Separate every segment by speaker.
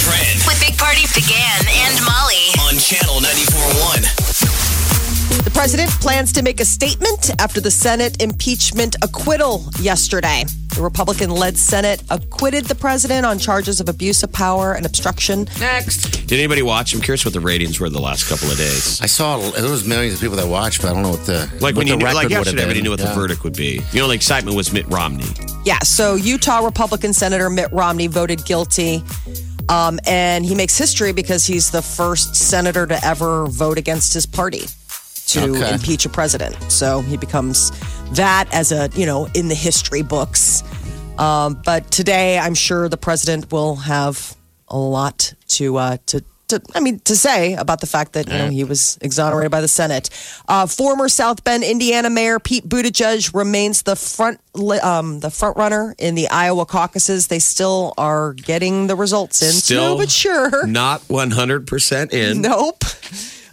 Speaker 1: trend
Speaker 2: With Big Party began and Molly.
Speaker 1: on channel 94.1.
Speaker 3: The president plans to make a statement after the Senate impeachment acquittal yesterday. The Republican led Senate acquitted the president on charges of abuse of power and obstruction.
Speaker 4: Did anybody watch? I'm curious what the ratings were the last couple of days.
Speaker 5: I saw there was millions of people that watched, but I don't know what the
Speaker 4: Like when
Speaker 5: what the
Speaker 4: you knew,
Speaker 5: record
Speaker 4: like
Speaker 5: would have
Speaker 4: yesterday, everybody
Speaker 5: been.
Speaker 4: knew what the
Speaker 5: Yeah.
Speaker 4: verdict would be. You know, the excitement was Mitt Romney.
Speaker 3: Yeah, so Utah Republican Senator Mitt Romney voted guilty. Um, and he makes history because he's the first senator to ever vote against his party to
Speaker 5: Okay.
Speaker 3: impeach a president. So he becomes that as a, you know, in the history books. Um, but today, I'm sure the president will have a lot to, uh, to, to, I mean, to say about the fact that you know he was exonerated by the Senate. Uh, former South Bend, Indiana Mayor Pete Buttigieg remains the front li- um, the front runner in the Iowa caucuses. They still are getting the results in,
Speaker 4: Still,
Speaker 3: slow but sure.
Speaker 4: Not 100 percent in.
Speaker 3: Nope.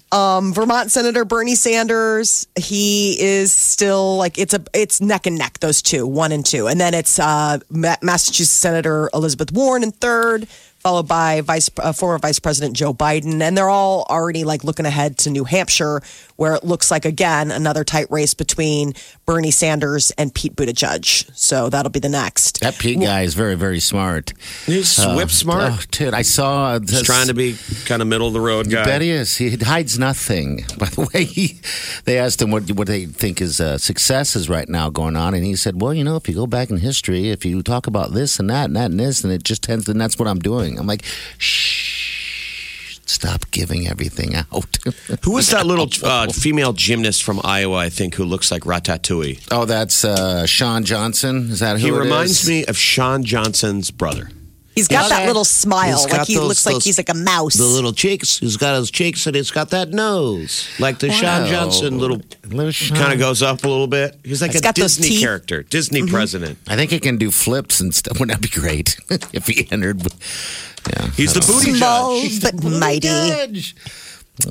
Speaker 3: Um, Vermont Senator Bernie Sanders, he is still like it's a it's neck and neck those two, one and two, and then it's uh, Ma- Massachusetts Senator Elizabeth Warren in third, followed by Vice uh, former Vice President Joe Biden, and they're all already like looking ahead to New Hampshire, where it looks like again another tight race between Bernie Sanders and Pete Buttigieg. So that'll be the next.
Speaker 5: That Pete guy is very, very smart.
Speaker 4: He's whip smart.
Speaker 5: Oh, dude, I saw. This,
Speaker 4: He's trying to be kind of middle of the road guy.
Speaker 5: Bet he is. He hides nothing. By the way, he, they asked him what what they think his uh, success is right now going on, and he said, "Well, you know, if you go back in history, if you talk about this and that and that and this, and it just tends, and that's what I'm doing." I'm like, shh, stop giving everything out.
Speaker 4: Who was that little uh, female gymnast from Iowa? I think who looks like Ratatouille.
Speaker 5: oh, that's uh, Sean Johnson. Is that who
Speaker 4: He
Speaker 5: it
Speaker 4: reminds
Speaker 5: is?
Speaker 4: me of Sean Johnson's brother.
Speaker 3: He's got that
Speaker 5: Okay.
Speaker 3: little smile,
Speaker 5: He's
Speaker 3: like
Speaker 5: got
Speaker 3: he
Speaker 5: those-
Speaker 3: looks like
Speaker 5: those-
Speaker 3: he's like a mouse.
Speaker 5: the little cheeks. He's got his cheeks and he's got that nose.
Speaker 4: Like the Sean
Speaker 5: Wow.
Speaker 4: Johnson little
Speaker 5: Little Sean.
Speaker 4: kind of goes up a little bit. He's like
Speaker 3: He's
Speaker 4: a
Speaker 3: got those
Speaker 4: Disney
Speaker 3: teeth.
Speaker 4: character, Disney president.
Speaker 5: I think he can do flips and stuff. Wouldn't that be great if he entered? Yeah.
Speaker 4: He's the booty judge.
Speaker 3: Small but mighty.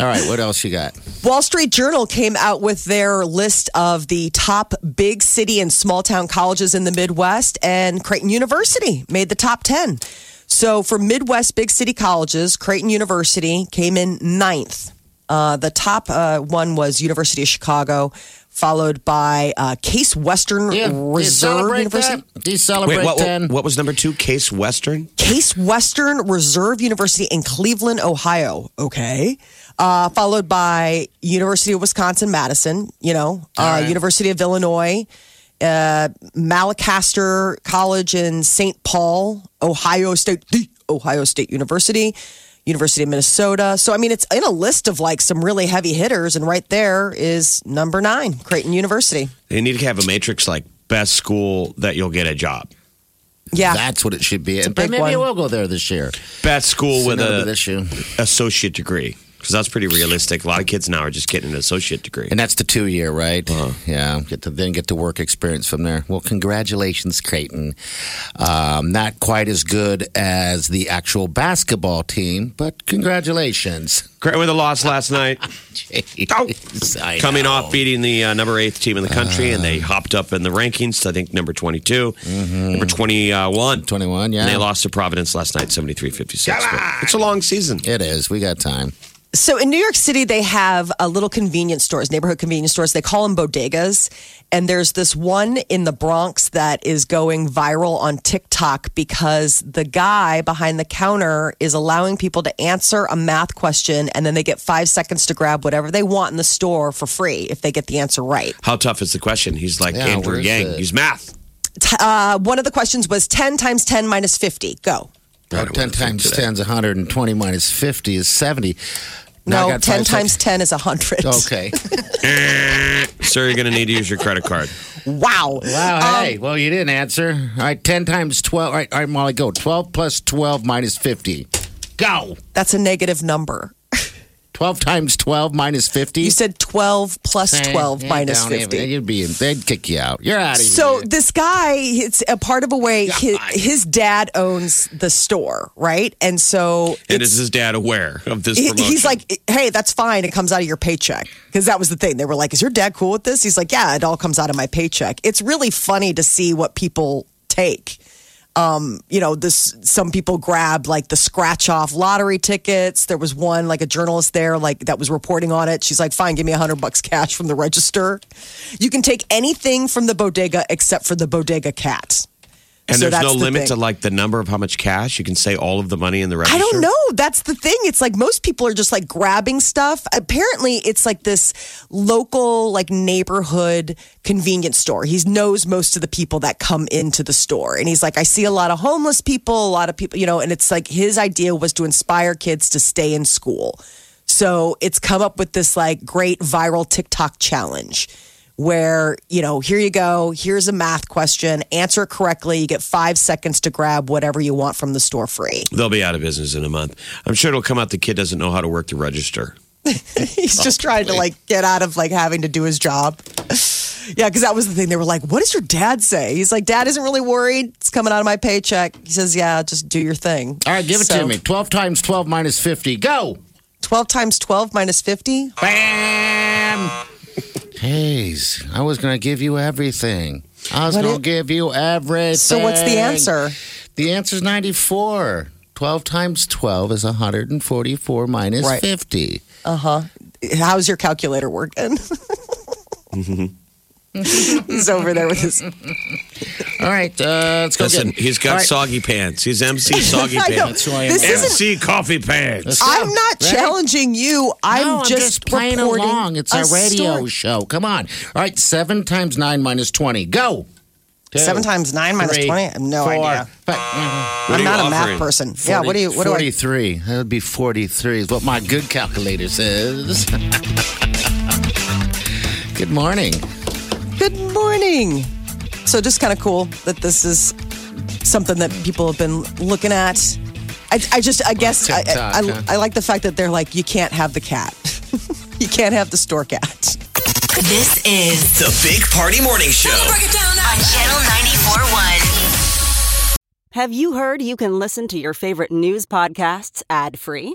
Speaker 5: All right, what else you got?
Speaker 3: Wall Street Journal came out with their list of the top big city and small town colleges in the Midwest, and Creighton University made the top 10. So for Midwest big city colleges, Creighton University came in ninth. Uh, the top uh, one was University of Chicago, followed by uh, Case Western
Speaker 5: Do you
Speaker 3: Reserve
Speaker 5: celebrate
Speaker 3: University.
Speaker 5: that? Do you celebrate
Speaker 4: Wait, what,
Speaker 5: then?
Speaker 4: what, what was number two? Case Western?
Speaker 3: Case Western Reserve University in Cleveland, Ohio. Okay. Uh, followed by University of Wisconsin Madison, you know, uh, University of Illinois, uh, Malacaster College in St. Paul, Ohio State, the Ohio State University, University of Minnesota. So, I mean, it's in a list of like some really heavy hitters. And right there is number nine, Creighton University.
Speaker 4: They need to have a matrix like best school that you'll get a job.
Speaker 3: Yeah.
Speaker 5: That's what it should be.
Speaker 3: a
Speaker 5: And but
Speaker 3: big
Speaker 5: maybe
Speaker 3: one.
Speaker 5: we'll go there this year.
Speaker 4: Best school with
Speaker 5: Another
Speaker 4: an
Speaker 5: this year.
Speaker 4: associate degree. Because that's pretty realistic. A lot of kids now are just getting an associate degree.
Speaker 5: And that's the two year, right?
Speaker 4: Uh-huh.
Speaker 5: Yeah. Get to then get to work experience from there. Well, congratulations, Creighton. Um, not quite as good as the actual basketball team, but congratulations.
Speaker 4: Great with a loss last night,
Speaker 5: Jeez, I
Speaker 4: Oh. coming
Speaker 5: know.
Speaker 4: off beating the uh, number eighth team in the country, and they hopped up in the rankings. to, I think number 22, number 21.
Speaker 5: 21, yeah.
Speaker 4: And they lost to Providence last night, 73 56. It's a long season.
Speaker 5: It is. We got time.
Speaker 3: So in New York City, they have a little convenience stores, neighborhood convenience stores. They call them bodegas. And there's this one in the Bronx that is going viral on TikTok because the guy behind the counter is allowing people to answer a math question and then they get five seconds to grab whatever they want in the store for free if they get the answer right.
Speaker 4: How tough is the question? He's like
Speaker 5: Yeah,
Speaker 4: Andrew
Speaker 5: where is
Speaker 4: Yang.
Speaker 5: it?
Speaker 4: He's math.
Speaker 3: T- Uh, one of the questions was 10 times 10 minus 50. Go.
Speaker 5: Well, 10 times 10 is 120 minus 50 is 70. Now I
Speaker 3: No,
Speaker 5: got
Speaker 3: 10
Speaker 5: five
Speaker 3: times
Speaker 5: seconds.
Speaker 3: 10 is 100.
Speaker 5: Okay.
Speaker 4: Sir, you're going to need to use your credit card.
Speaker 3: Wow. Um,
Speaker 5: Wow. Hey, well, you didn't answer. All right, 10 times 12. All right, all right Molly, go. 12 plus 12 minus 50. Go.
Speaker 3: That's a negative number.
Speaker 5: 12 times 12 minus 50.
Speaker 3: You said 12 plus
Speaker 5: Eh,
Speaker 3: 12
Speaker 5: eh,
Speaker 3: minus
Speaker 5: don't
Speaker 3: 50.
Speaker 5: Even, you'd be in, they'd kick you out. You're out of
Speaker 3: So
Speaker 5: here.
Speaker 3: this guy, it's a part of a way. His,
Speaker 5: God.
Speaker 3: his dad owns the store, right? And so
Speaker 4: And is his dad aware of this
Speaker 3: he-
Speaker 4: promotion?
Speaker 3: he's like, "Hey, that's fine. It comes out of your paycheck." Because that was the thing. They were like, "Is your dad cool with this?" He's like, "Yeah, it all comes out of my paycheck." It's really funny to see what people take. Um, you know, this some people grabbed like the scratch off lottery tickets. There was one like a journalist there like that was reporting on it. She's like, "Fine, give me a hundred bucks cash from the register." You can take anything from the bodega except for the bodega cat.
Speaker 4: and
Speaker 3: so
Speaker 4: there's no
Speaker 3: that's the
Speaker 4: limit to
Speaker 3: thing.
Speaker 4: like the number of how much cash you can say all of the money in the register.
Speaker 3: I don't know. That's the thing. It's like most people are just like grabbing stuff. Apparently, it's like this local, like neighborhood convenience store. He knows most of the people that come into the store. And he's like, I see a lot of homeless people, a lot of people, you know, and it's like his idea was to inspire kids to stay in school. So it's come up with this like great viral TikTok challenge where, you know, here you go. Here's a math question. Answer it correctly. You get five seconds to grab whatever you want from the store free.
Speaker 4: They'll be out of business in a month. I'm sure it'll come out the kid doesn't know how to work the register.
Speaker 3: He's just trying to like get out of like having to do his job. yeah, because that was the thing. They were like, "What does your dad say?" He's like, "Dad isn't really worried. It's coming out of my paycheck." He says, "Yeah, just do your thing."
Speaker 5: All right, give it
Speaker 3: So,
Speaker 5: to me. 12 times 12 minus 50. Go.
Speaker 3: Twelve times twelve minus fifty.
Speaker 5: Bam. Jeez, I was going to give you everything. I was
Speaker 3: What
Speaker 5: going to
Speaker 3: it-
Speaker 5: give you everything.
Speaker 3: So what's the answer?
Speaker 5: The answer's 94. 12 times 12 is 144 minus
Speaker 3: Right.
Speaker 5: 50.
Speaker 3: Uh-huh. How's your calculator working? He's over there with his.
Speaker 5: All right, uh, let's go.
Speaker 4: Listen,
Speaker 5: get-
Speaker 4: he's got
Speaker 5: All right.
Speaker 4: soggy pants. He's MC soggy
Speaker 3: I know.
Speaker 4: pants.
Speaker 5: That's who I am
Speaker 3: This
Speaker 5: now.
Speaker 3: isn't. Uh,
Speaker 4: MC coffee pants.
Speaker 3: I'm not
Speaker 5: Right?
Speaker 3: challenging you. I'm,
Speaker 5: No,
Speaker 3: just,
Speaker 5: playing
Speaker 3: reporting
Speaker 5: along. It's a radio
Speaker 3: story.
Speaker 5: show. Come on. All right, seven times nine minus twenty. Go. Two,
Speaker 3: Seven times nine minus
Speaker 5: three,
Speaker 3: twenty. I have no
Speaker 5: four,
Speaker 3: idea.
Speaker 5: Five,
Speaker 4: What are
Speaker 3: I'm
Speaker 4: you
Speaker 3: not a math
Speaker 4: offering?
Speaker 3: person. yeah. What do you? What do I?
Speaker 5: Forty-three. That would be forty-three. Is what my good calculator says. good morning.
Speaker 3: Good morning. So, just kind of cool that this is something that people have been looking at. I, I just, I guess, I,
Speaker 5: TikTok,
Speaker 3: I,
Speaker 5: huh?
Speaker 3: I, like the fact that they're like, you can't have the cat. you can't have the store cat.
Speaker 2: This is
Speaker 1: The Big Party Morning Show.
Speaker 2: on Channel 94.1.
Speaker 6: Have you heard you can listen to your favorite news podcasts ad free?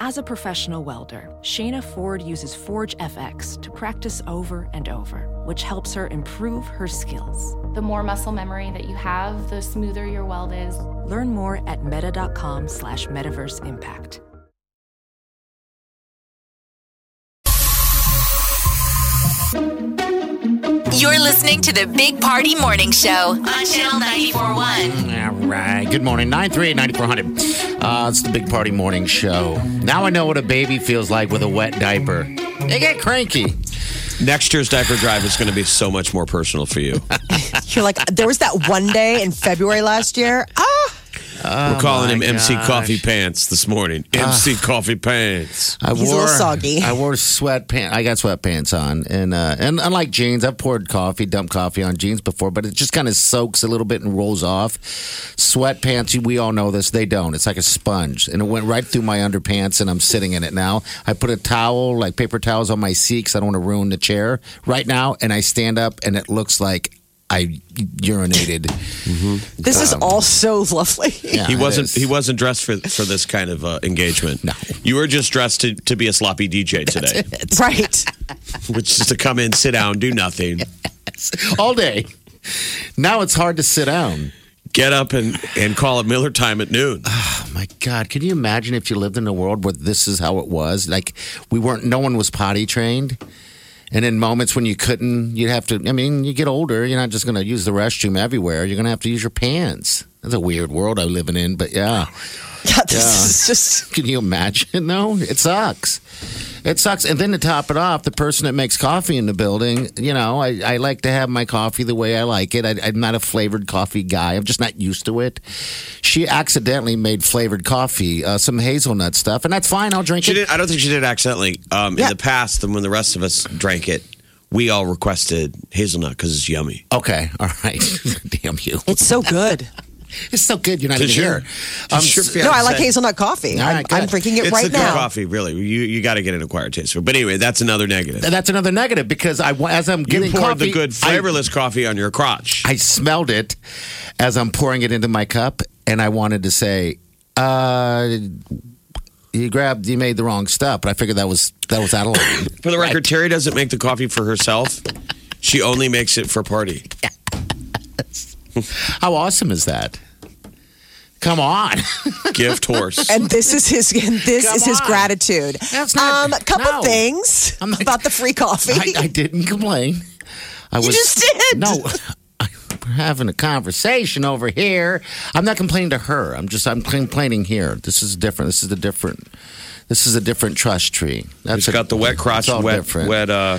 Speaker 7: As a professional welder, Shayna Ford uses Forge FX to practice over and over, which helps her improve her skills.
Speaker 8: The more muscle memory that you have, the smoother your weld is.
Speaker 7: Learn more at meta.com slash metaverse impact.
Speaker 2: You're listening to the Big Party Morning Show on Channel 94.1.
Speaker 5: All right. Good morning. 938-9400. Uh, it's the Big Party Morning Show. Now I know what a baby feels like with a wet diaper. They get cranky.
Speaker 4: Next year's diaper drive is going to be so much more personal for you.
Speaker 3: You're like, there was that one day in February last year. Ah,
Speaker 4: We're calling
Speaker 5: my
Speaker 4: him MC
Speaker 5: gosh.
Speaker 4: Coffee Pants this morning.
Speaker 3: Ah.
Speaker 4: MC Coffee Pants.
Speaker 5: I
Speaker 3: He's a little soggy.
Speaker 5: I wore sweatpants. I got sweatpants on, and uh, and unlike jeans, I've poured coffee, dumped coffee on jeans before, but it just kind of soaks a little bit and rolls off. Sweatpants, you- we all know this. They don't. It's like a sponge, and it went right through my underpants, and I'm sitting in it now. I put a towel, like paper towels, on my seat because I don't want to ruin the chair right now, and I stand up, and it looks like I urinated.
Speaker 3: this is all so lovely.
Speaker 5: Um, Yeah,
Speaker 4: He
Speaker 5: it
Speaker 4: wasn't.
Speaker 5: is.
Speaker 4: He wasn't dressed for for this kind of uh, engagement.
Speaker 5: No.
Speaker 4: you were just dressed to, to be a sloppy DJ today,
Speaker 3: Right.
Speaker 4: which is to come in, sit down, do nothing,
Speaker 5: all day. Now it's hard to sit down.
Speaker 4: get up and and call it Miller time at noon.
Speaker 5: My God, can you imagine if you lived in a world where this is how it was? Like we weren't, no one was potty trained, and in moments when you couldn't, you'd have to. I mean, you get older, you're not just going to use the restroom everywhere. You're going to have to use your pants. That's a weird world I'm living in, but yeah,
Speaker 3: Yeah, this is just.
Speaker 5: can you imagine? No, it sucks. It sucks. And then to top it off, the person that makes coffee in the building, you know, I, I like to have my coffee the way I like it. I, I'm not a flavored coffee guy. I'm just not used to it. She accidentally made flavored coffee, uh, some hazelnut stuff, and that's fine. I'll drink
Speaker 4: She
Speaker 5: it.
Speaker 4: did. I don't think she did it accidentally. Um,
Speaker 3: Yeah.
Speaker 4: In the past, and when the rest of us drank it, we all requested hazelnut because it's yummy.
Speaker 5: Okay, all right. Damn you.
Speaker 3: It's so good.
Speaker 5: It's so good. You're not even here.
Speaker 4: Um,
Speaker 5: Um,
Speaker 4: sure,
Speaker 3: no, I like hazelnut coffee.
Speaker 5: All
Speaker 3: I'm,
Speaker 5: right, good.
Speaker 3: I'm drinking it
Speaker 4: It's
Speaker 3: right
Speaker 4: a good
Speaker 3: now.
Speaker 4: coffee, really. You you got to get an acquired taste for. it. But anyway, that's another negative.
Speaker 5: That's another negative because I, as I'm
Speaker 4: You
Speaker 5: getting
Speaker 4: poured
Speaker 5: coffee,
Speaker 4: the good
Speaker 5: I-
Speaker 4: flavorless coffee on your crotch.
Speaker 5: I smelled it as I'm pouring it into my cup, and I wanted to say, uh, "You grabbed, you made the wrong stuff." But I figured that was that was out of line.
Speaker 4: for the record, Terry doesn't make the coffee for herself. She only makes it for party.
Speaker 5: How awesome is that? Come on,
Speaker 4: Gift horse.
Speaker 3: And this is his. And this
Speaker 5: Come
Speaker 3: is his
Speaker 5: on.
Speaker 3: gratitude.
Speaker 5: That's not-
Speaker 3: um, a couple
Speaker 5: no.
Speaker 3: things
Speaker 5: I'm not-
Speaker 3: about the free coffee.
Speaker 5: I, I didn't complain. I was
Speaker 3: just did.
Speaker 5: no. I- We're having a conversation over here. I'm not complaining to her. I'm just I'm complaining here. This is different. This is a different. This is a different trust tree. That's
Speaker 4: It's got the wet crotch,
Speaker 5: it's all
Speaker 4: wet,
Speaker 5: different.
Speaker 4: wet. Uh,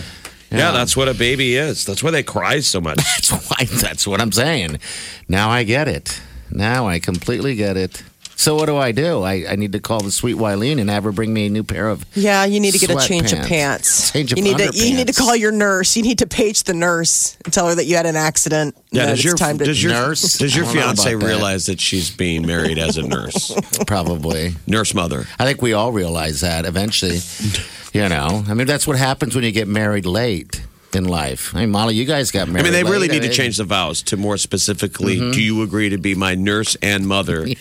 Speaker 4: yeah.
Speaker 5: Yeah.
Speaker 4: that's what a baby is. That's why they cry so much.
Speaker 5: That's why. That's what I'm saying. Now I get it. Now I completely get it. So what do I do? I, I need to call the sweet Wileen and have her bring me a new pair of.
Speaker 3: yeah, you need to get a change of
Speaker 5: Sweatpants.
Speaker 3: pants.
Speaker 5: Change of
Speaker 3: you need to. You need to
Speaker 5: underpants.
Speaker 3: call your nurse. You need to page the nurse and tell her that you had an accident.
Speaker 4: Yeah,
Speaker 3: and that
Speaker 4: does
Speaker 3: it's
Speaker 4: your
Speaker 3: time to
Speaker 4: does your
Speaker 5: Nurse?
Speaker 4: does your
Speaker 5: I don't know
Speaker 4: fiance
Speaker 5: about that.
Speaker 4: realize that she's being married as a nurse,
Speaker 5: Probably.
Speaker 4: nurse mother?
Speaker 5: I think we all realize that eventually. You know, I mean, that's what happens when you get married late in life. I mean, Molly, you guys got
Speaker 4: I
Speaker 5: married. Mm-hmm.
Speaker 4: mean, they really
Speaker 5: late.
Speaker 4: need to change the vows to more specifically. Do you agree to be my nurse and mother in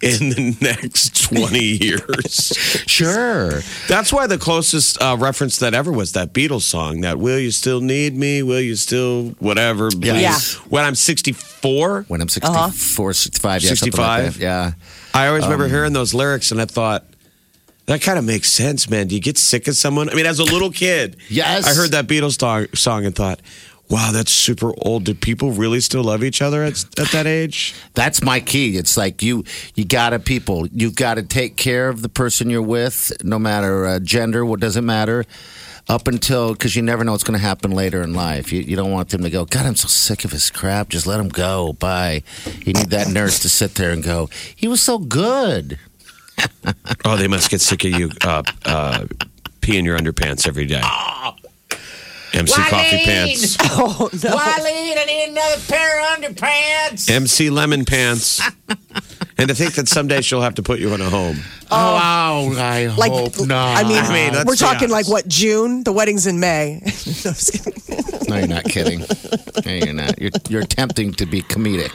Speaker 4: the next twenty years?
Speaker 5: Sure.
Speaker 4: That's why the closest uh, reference that ever was that Beatles song, that "Will you still need me? Will you still whatever?" please?"
Speaker 5: Yeah.
Speaker 4: When I'm 64,
Speaker 5: When I'm 64, 65, yeah, something like
Speaker 4: 65?
Speaker 5: that. yeah.
Speaker 4: I always
Speaker 5: Um,
Speaker 4: remember hearing those lyrics, and I thought that kind of makes sense, man. Do you get sick of someone? I mean, as a little kid,
Speaker 5: Yes.
Speaker 4: I heard that Beatles song, song and thought. Wow, that's super old. Did people really still love each other at, at that age?
Speaker 5: That's my key. It's like you you gotta people. You've got to take care of the person you're with, no matter uh, gender. What doesn't matter. Up until because you never know what's going to happen later in life. You, you don't want them to go. God, I'm so sick of his crap. Just let him go. Bye. You need that nurse to sit there and go. He was so good.
Speaker 4: Oh, they must get sick of you uh, uh, peeing your underpants every day. MC Coffee Pants.
Speaker 3: Oh no!
Speaker 5: I need another pair of underpants.
Speaker 4: MC Lemon Pants. and to think that someday she'll have to put you in a home.
Speaker 5: Oh, I
Speaker 3: Like,
Speaker 5: hope not.
Speaker 3: I mean,
Speaker 4: I mean, let's
Speaker 3: we're
Speaker 4: be
Speaker 3: talking like
Speaker 4: honest.
Speaker 3: what June? The wedding's in May. No,
Speaker 5: No, you're
Speaker 3: I'm just kidding.
Speaker 5: not kidding. No, you're not. You're, you're attempting to be comedic,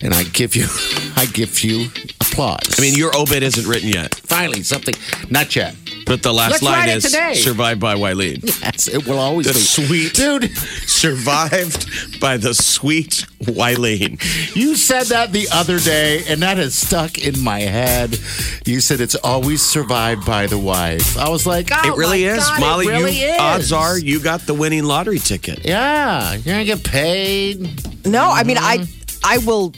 Speaker 5: and I give you, I give you applause.
Speaker 4: I mean, your obit isn't written yet,
Speaker 5: finally something. Not yet.
Speaker 4: but the last
Speaker 5: Let's
Speaker 4: line
Speaker 5: write it
Speaker 4: is
Speaker 5: today.
Speaker 4: survived by Wileen.
Speaker 5: Yes, it will always
Speaker 4: The
Speaker 5: be
Speaker 4: sweet-
Speaker 5: dude.
Speaker 4: survived by the sweet Wileen.
Speaker 5: You said that the other day, and that has stuck in my head. You said it's always survived by the wife. I was like, oh,
Speaker 4: it really
Speaker 5: my
Speaker 4: is.
Speaker 5: God,
Speaker 4: Molly,
Speaker 5: It really
Speaker 4: you,
Speaker 5: is.
Speaker 4: odds are you got the winning lottery ticket.
Speaker 5: yeah, you're gonna get paid.
Speaker 3: No, I mean I
Speaker 5: Mm-hmm.
Speaker 3: I will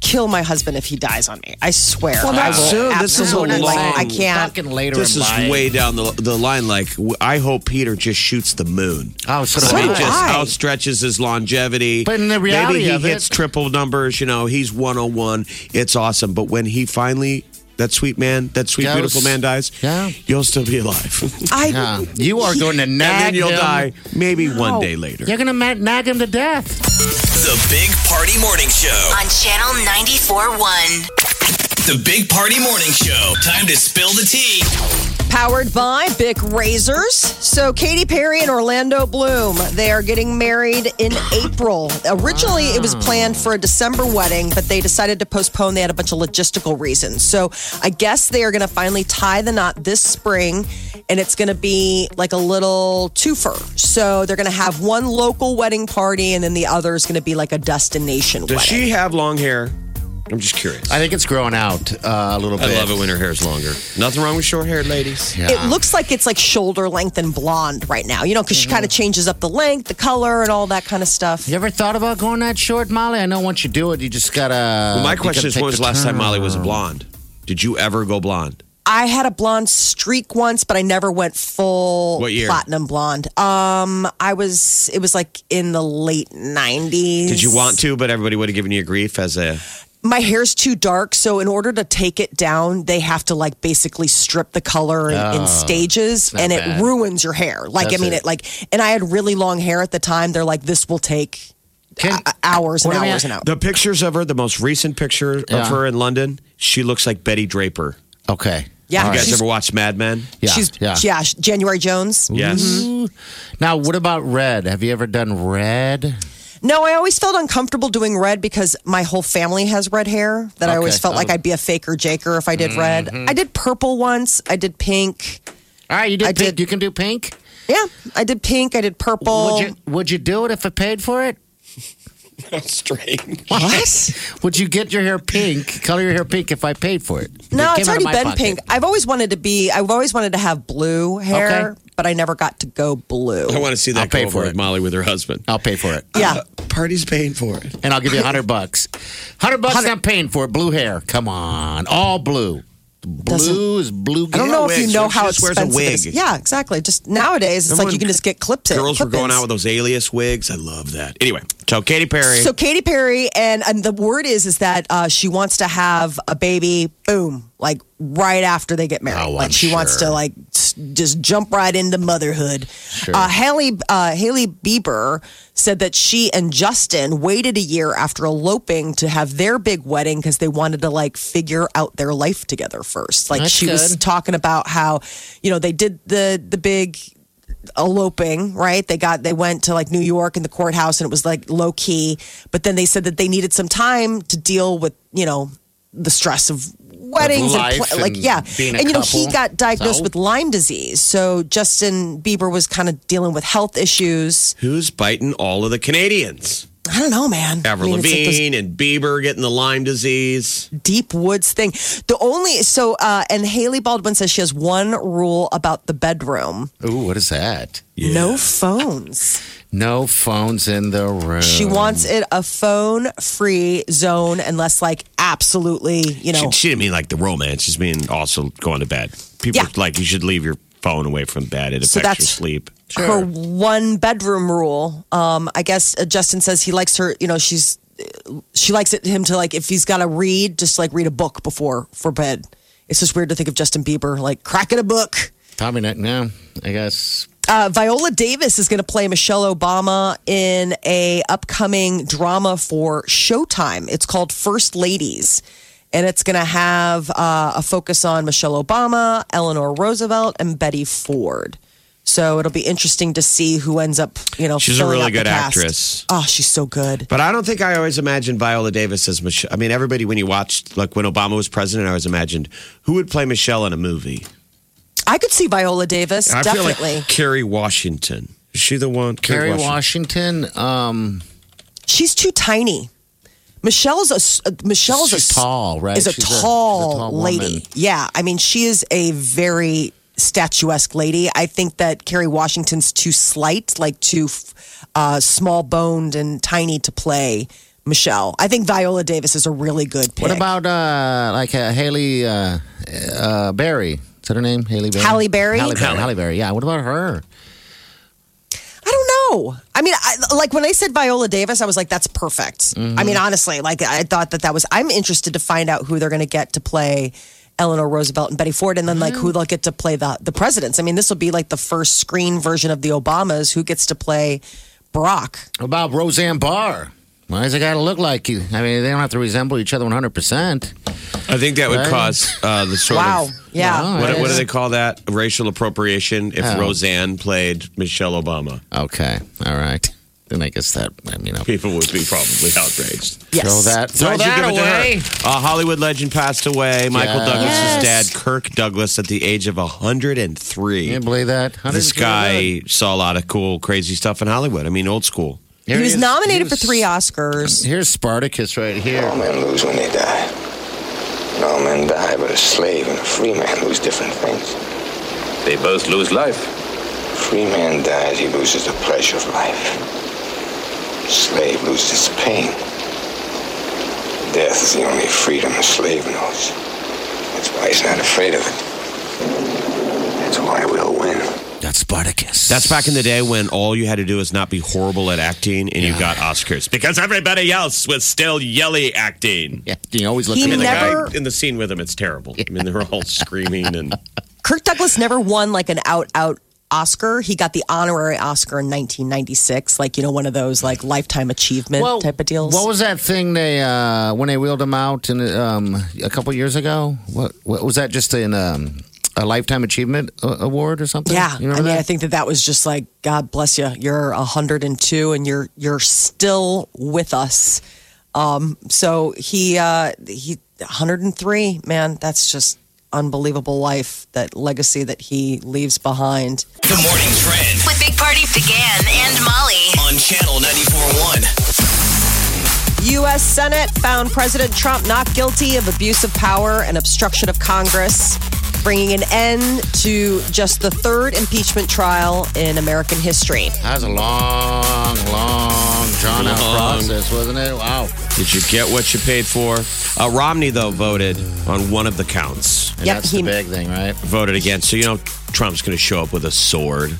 Speaker 3: kill my husband if he dies on me. I swear.
Speaker 4: Well,
Speaker 3: I
Speaker 4: not
Speaker 3: will
Speaker 4: soon. This is a
Speaker 3: absolutely- like,
Speaker 4: long-
Speaker 3: I can't.
Speaker 5: Fucking later.
Speaker 4: This
Speaker 5: in
Speaker 4: is
Speaker 5: life.
Speaker 4: way down the, the line. Like, w- I hope Peter just shoots the moon.
Speaker 5: Oh, so
Speaker 4: I
Speaker 5: do
Speaker 4: mean,
Speaker 5: I.
Speaker 4: just outstretches his longevity.
Speaker 5: But in the reality
Speaker 4: maybe he
Speaker 5: of it-
Speaker 4: hits triple numbers. You know, he's one hundred and one. It's awesome. But when he finally that sweet man, that sweet
Speaker 5: Goes-
Speaker 4: beautiful man dies,
Speaker 5: Yeah.
Speaker 4: you'll still be alive, and
Speaker 3: I
Speaker 5: Yeah, you are going to nag
Speaker 4: then you'll
Speaker 5: him. Oh,
Speaker 4: die maybe one day later.
Speaker 5: You're gonna ma- nag him to death.
Speaker 1: The Big Party Morning Show.
Speaker 2: On Channel 94.1.
Speaker 1: The Big Party Morning Show. Time to spill the tea.
Speaker 3: powered by Bic Razors. So Katy Perry and Orlando Bloom, they are getting married in April. Originally, it was planned for a December wedding, but they decided to postpone. They had a bunch of logistical reasons. So I guess they are going to finally tie the knot this spring, and it's going to be like a little twofer. So they're going to have one local wedding party, and then the other is going to be like a destination
Speaker 4: Does
Speaker 3: wedding.
Speaker 4: she have long hair? I'm just curious.
Speaker 5: I think it's growing out uh, a little
Speaker 4: I
Speaker 5: bit.
Speaker 4: love it when her hair's longer. Nothing wrong with short-haired ladies.
Speaker 5: Yeah.
Speaker 3: It looks like it's like shoulder length and blonde right now, you know, because she
Speaker 4: Mm-hmm.
Speaker 3: kind of changes up the length, the color, and all that kind of stuff.
Speaker 5: You ever thought about going that short, Molly? I know once Uh, you do it, you just gotta.
Speaker 4: Well, my
Speaker 5: you gotta
Speaker 4: question is,
Speaker 5: take
Speaker 4: when was the last time Molly was a blonde? Did you ever go blonde?
Speaker 3: I had a blonde streak once, but I never went full
Speaker 4: What year?
Speaker 3: platinum blonde. Um, I was it was like in the late nineties.
Speaker 4: Did you want to, but everybody would have given you grief as a.
Speaker 3: my hair's too dark, so in order to take it down, they have to like basically strip the color in,
Speaker 4: Oh,
Speaker 3: in stages, and it
Speaker 5: bad.
Speaker 3: ruins your hair. Like I
Speaker 5: That's
Speaker 3: mean,
Speaker 5: it.
Speaker 3: it. like, and I had really long hair at the time. They're like, this will take
Speaker 5: Can-
Speaker 3: uh, hours and
Speaker 5: What am I-
Speaker 3: hours and hours.
Speaker 4: The pictures of her, the most recent picture
Speaker 5: Yeah.
Speaker 4: of her in London, she looks like Betty Draper.
Speaker 5: Okay.
Speaker 3: Yeah,
Speaker 4: You guys
Speaker 3: she's-
Speaker 4: ever watched Mad Men?
Speaker 5: Yeah. Mm-hmm.
Speaker 3: She's
Speaker 5: yeah.
Speaker 3: yeah, January Jones.
Speaker 4: Yes.
Speaker 5: Now, what about red? Have you ever done red?
Speaker 3: No, I always felt uncomfortable doing red because my whole family has red hair. That I always
Speaker 5: Okay. Oh. Mm-hmm.
Speaker 3: felt like I'd be a faker jaker if I did red. I did purple once. I did pink.
Speaker 5: All right, you did
Speaker 3: I
Speaker 5: pink.
Speaker 3: did.
Speaker 5: You can do pink.
Speaker 3: Yeah, I did pink. I did purple.
Speaker 5: Would you Would you do it if I paid for it?
Speaker 4: Strange.
Speaker 3: what?
Speaker 5: Would you get your hair pink? Color your hair pink if I paid for it? If
Speaker 3: No,
Speaker 5: it came out
Speaker 3: it's
Speaker 5: of
Speaker 3: already
Speaker 5: my
Speaker 3: been
Speaker 5: pocket.
Speaker 3: pink. I've always wanted to be. I've always wanted to have blue hair,
Speaker 5: Okay.
Speaker 3: but I never got to go blue.
Speaker 4: I want to see that
Speaker 5: I'll pay
Speaker 4: go
Speaker 5: for
Speaker 4: over
Speaker 5: it.
Speaker 4: with Molly with her husband.
Speaker 5: I'll pay for it.
Speaker 3: yeah,
Speaker 4: Party's paying for it.
Speaker 5: and I'll give you a hundred bucks. Hundred bucks. I'm paying for it. Blue hair. Come on, all blue. Blue is blue.
Speaker 3: I don't know if you
Speaker 4: wigs.
Speaker 3: know
Speaker 4: She
Speaker 3: how
Speaker 4: just wears
Speaker 3: expensive
Speaker 4: a
Speaker 3: it is.
Speaker 4: wig.
Speaker 3: Yeah, exactly. Just nowadays, it's
Speaker 4: Remember
Speaker 3: like you
Speaker 4: when
Speaker 3: can just get clips.
Speaker 4: Girls were going
Speaker 3: clip-ins.
Speaker 4: out with those alias wigs. I love that. Anyway, so Katy Perry.
Speaker 3: So Katy Perry and, and the word is is that uh, she wants to have a baby. Boom, like right after they get married.
Speaker 5: Oh,
Speaker 3: like
Speaker 5: I'm
Speaker 3: she wants to
Speaker 5: sure.
Speaker 3: like s- just jump right into motherhood. Uh, Haley uh, Haley Bieber said that she and Justin waited a year after eloping to have their big wedding because they wanted to like figure out their life together first. Like
Speaker 5: That's
Speaker 3: she was
Speaker 5: good.
Speaker 3: talking about how you know they did the the big eloping, right? They got they went to like New York in the courthouse and it was like low key, but then they said that they needed some time to deal with, you know, the stress of weddings and,
Speaker 5: life
Speaker 3: like
Speaker 5: and
Speaker 3: yeah.
Speaker 5: being a
Speaker 3: and you know, he
Speaker 5: couple.
Speaker 3: got diagnosed
Speaker 5: So?
Speaker 3: with Lyme disease. So Justin Bieber was kind of dealing with health issues.
Speaker 4: Who's biting all of the Canadians?
Speaker 3: I don't know, man. I
Speaker 4: Avril
Speaker 3: mean, it's like
Speaker 4: Lavigne
Speaker 3: those-
Speaker 4: and Bieber getting the Lyme disease.
Speaker 3: deep woods thing. The only so uh and Haley Baldwin says she has one rule about the bedroom.
Speaker 5: Ooh, what is that?
Speaker 3: No phones.
Speaker 5: No phones in the room.
Speaker 3: She wants it a phone free zone unless like absolutely, you
Speaker 4: She,
Speaker 3: know.
Speaker 4: she didn't mean like the romance. She's mean also going to bed. People
Speaker 3: Yeah.
Speaker 4: like you should leave your phone away from bed. It affects
Speaker 3: So
Speaker 4: your
Speaker 3: that's-
Speaker 4: sleep.
Speaker 3: Her one bedroom rule. Um, I guess uh, Justin says he likes her. You know, she's uh, she likes it him to like if he's got to read, just like read a book before for bed. It's just weird to think of Justin Bieber like cracking a book.
Speaker 5: Tommy. Not, no, I guess.
Speaker 3: Uh, Viola Davis is going to play Michelle Obama in a upcoming drama for Showtime. It's called First Ladies, and it's going to have uh, a focus on Michelle Obama, Eleanor Roosevelt, and Betty Ford. So it'll be interesting to see who ends up, you know,
Speaker 4: She's a
Speaker 3: filling
Speaker 4: really
Speaker 3: out the
Speaker 4: good
Speaker 3: cast.
Speaker 4: actress.
Speaker 3: Oh, she's so good.
Speaker 4: But I don't think I always imagined Viola Davis as Michelle. I mean, everybody when you watched like when Obama was president, I always imagined who would play Michelle in a movie.
Speaker 3: I could see Viola Davis
Speaker 4: I
Speaker 3: definitely.
Speaker 4: feel like Carrie Washington. Is she the one?
Speaker 5: Kerry Washington. Um,
Speaker 3: she's too tiny. Michelle's a s- uh, Michelle's
Speaker 5: She's
Speaker 3: a, s-
Speaker 5: tall, right?
Speaker 3: Is a,
Speaker 5: She's a- she's a
Speaker 3: tall
Speaker 5: tall woman.
Speaker 3: lady. Yeah, I mean she is a very statuesque lady. I think that Carrie Washington's too slight, like too f- uh, small boned and tiny to play Michelle. I think Viola Davis is a really good pick.
Speaker 5: what about uh, like uh, Haley uh, uh, Berry? Is that her name? Haley Berry.
Speaker 3: Halle Berry?
Speaker 5: Halle Berry. Halle Berry. Yeah. What about her?
Speaker 3: I don't know. I mean, I, like when I said Viola Davis, I was like, that's perfect. I mean, honestly, like I thought that that was. I'm interested to find out who they're going to get to play Eleanor Roosevelt and Betty Ford, and then like who they'll get to play the the presidents. I mean, this will be like the first screen version of the Obamas. Who gets to play Barack?
Speaker 5: What about Roseanne Barr? Why does it got to look like you? I mean, they don't have to resemble each other 100%.
Speaker 4: I think that would
Speaker 5: Right.
Speaker 4: cause uh, the sort
Speaker 3: Wow.
Speaker 4: of
Speaker 3: Yeah.
Speaker 5: Wow.
Speaker 4: What,
Speaker 5: Right.
Speaker 4: what do they call that? Racial appropriation if
Speaker 5: Oh.
Speaker 4: Roseanne played Michelle Obama.
Speaker 5: Okay. All right. Then I guess that, I mean, I'll
Speaker 4: People would be probably outraged.
Speaker 3: Yes.
Speaker 5: throw that, throw
Speaker 4: Why'd you
Speaker 5: that
Speaker 4: give it to her?
Speaker 5: away.
Speaker 4: A Hollywood legend passed away. Michael
Speaker 5: Yes.
Speaker 8: Yes.
Speaker 4: Douglas's dad, Kirk Douglas, at the age of 103.
Speaker 5: Can you believe that?
Speaker 4: this guy saw a lot of cool, crazy stuff in Hollywood. I mean, old school.
Speaker 3: He was nominated for three Oscars.
Speaker 5: Here's Spartacus right here.
Speaker 9: All men lose when they die. And all men die, but a slave and a free man lose different things.
Speaker 1: They both lose life.
Speaker 9: A free man dies, he loses the pleasure of life. A slave loses pain. Death is the only freedom a slave knows. That's why he's not afraid of it. That's why we'll win.
Speaker 5: That's Spartacus.
Speaker 4: That's back in the day when all you had to do is not be horrible at acting and you got Oscars because everybody else was still yelly acting.
Speaker 5: Yeah, you always look
Speaker 3: He
Speaker 5: at
Speaker 4: And
Speaker 5: the guy.
Speaker 3: never-
Speaker 4: the guy in the scene with him, it's terrible. I mean, they're all screaming and
Speaker 3: Kirk Douglas never won like an out out Oscar. He got the honorary Oscar in 1996, like you know one of those like lifetime achievement
Speaker 5: Well,
Speaker 3: type of deals.
Speaker 5: What was that thing they uh, when they wheeled him out in, um, a couple years ago? What, what was that? Just in um, a lifetime achievement a- award or something?
Speaker 3: yeah,
Speaker 5: you
Speaker 3: I
Speaker 5: remember
Speaker 3: mean,
Speaker 5: that?
Speaker 3: I think that that was just like God bless you. You're 102, and you're you're still with us. Um, so he uh, he 103, man. That's just unbelievable life, that legacy that he leaves behind.
Speaker 1: The morning trend
Speaker 2: With Big Party began and Molly.
Speaker 1: on channel 94.1.
Speaker 3: U.S. Senate found President Trump not guilty of abuse of power and obstruction of Congress, bringing an end to just the third impeachment trial in American history.
Speaker 5: That was a long, long, drawn out
Speaker 4: Long.
Speaker 5: process, wasn't it? Wow.
Speaker 4: did you get what you paid for? Uh, Romney though voted on one of the counts,
Speaker 5: And
Speaker 3: Yep,
Speaker 5: that's
Speaker 3: he-
Speaker 5: the big thing, right?
Speaker 4: voted against. So you know Trump's going to show up with a sword.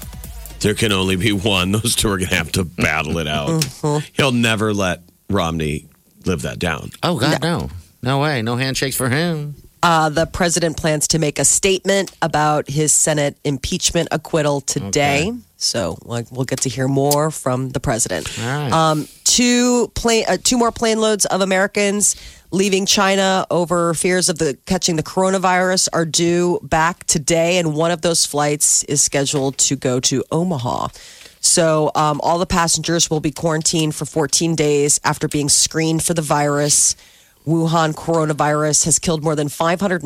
Speaker 4: There can only be one. Those two are going to have to battle it out.
Speaker 5: Mm-hmm.
Speaker 4: He'll never let Romney live that down.
Speaker 5: Oh God, no, no way, no handshakes for him.
Speaker 3: Uh, the president plans to make a statement about his Senate impeachment acquittal today. So like, we'll get to hear more from the president.
Speaker 5: All right.
Speaker 3: Um, two plane, uh, two more plane loads of Americans leaving China over fears of the catching the coronavirus are due back today, and one of those flights is scheduled to go to Omaha. So um, all the passengers will be quarantined for 14 days after being screened for the virus. Wuhan coronavirus has killed more than 560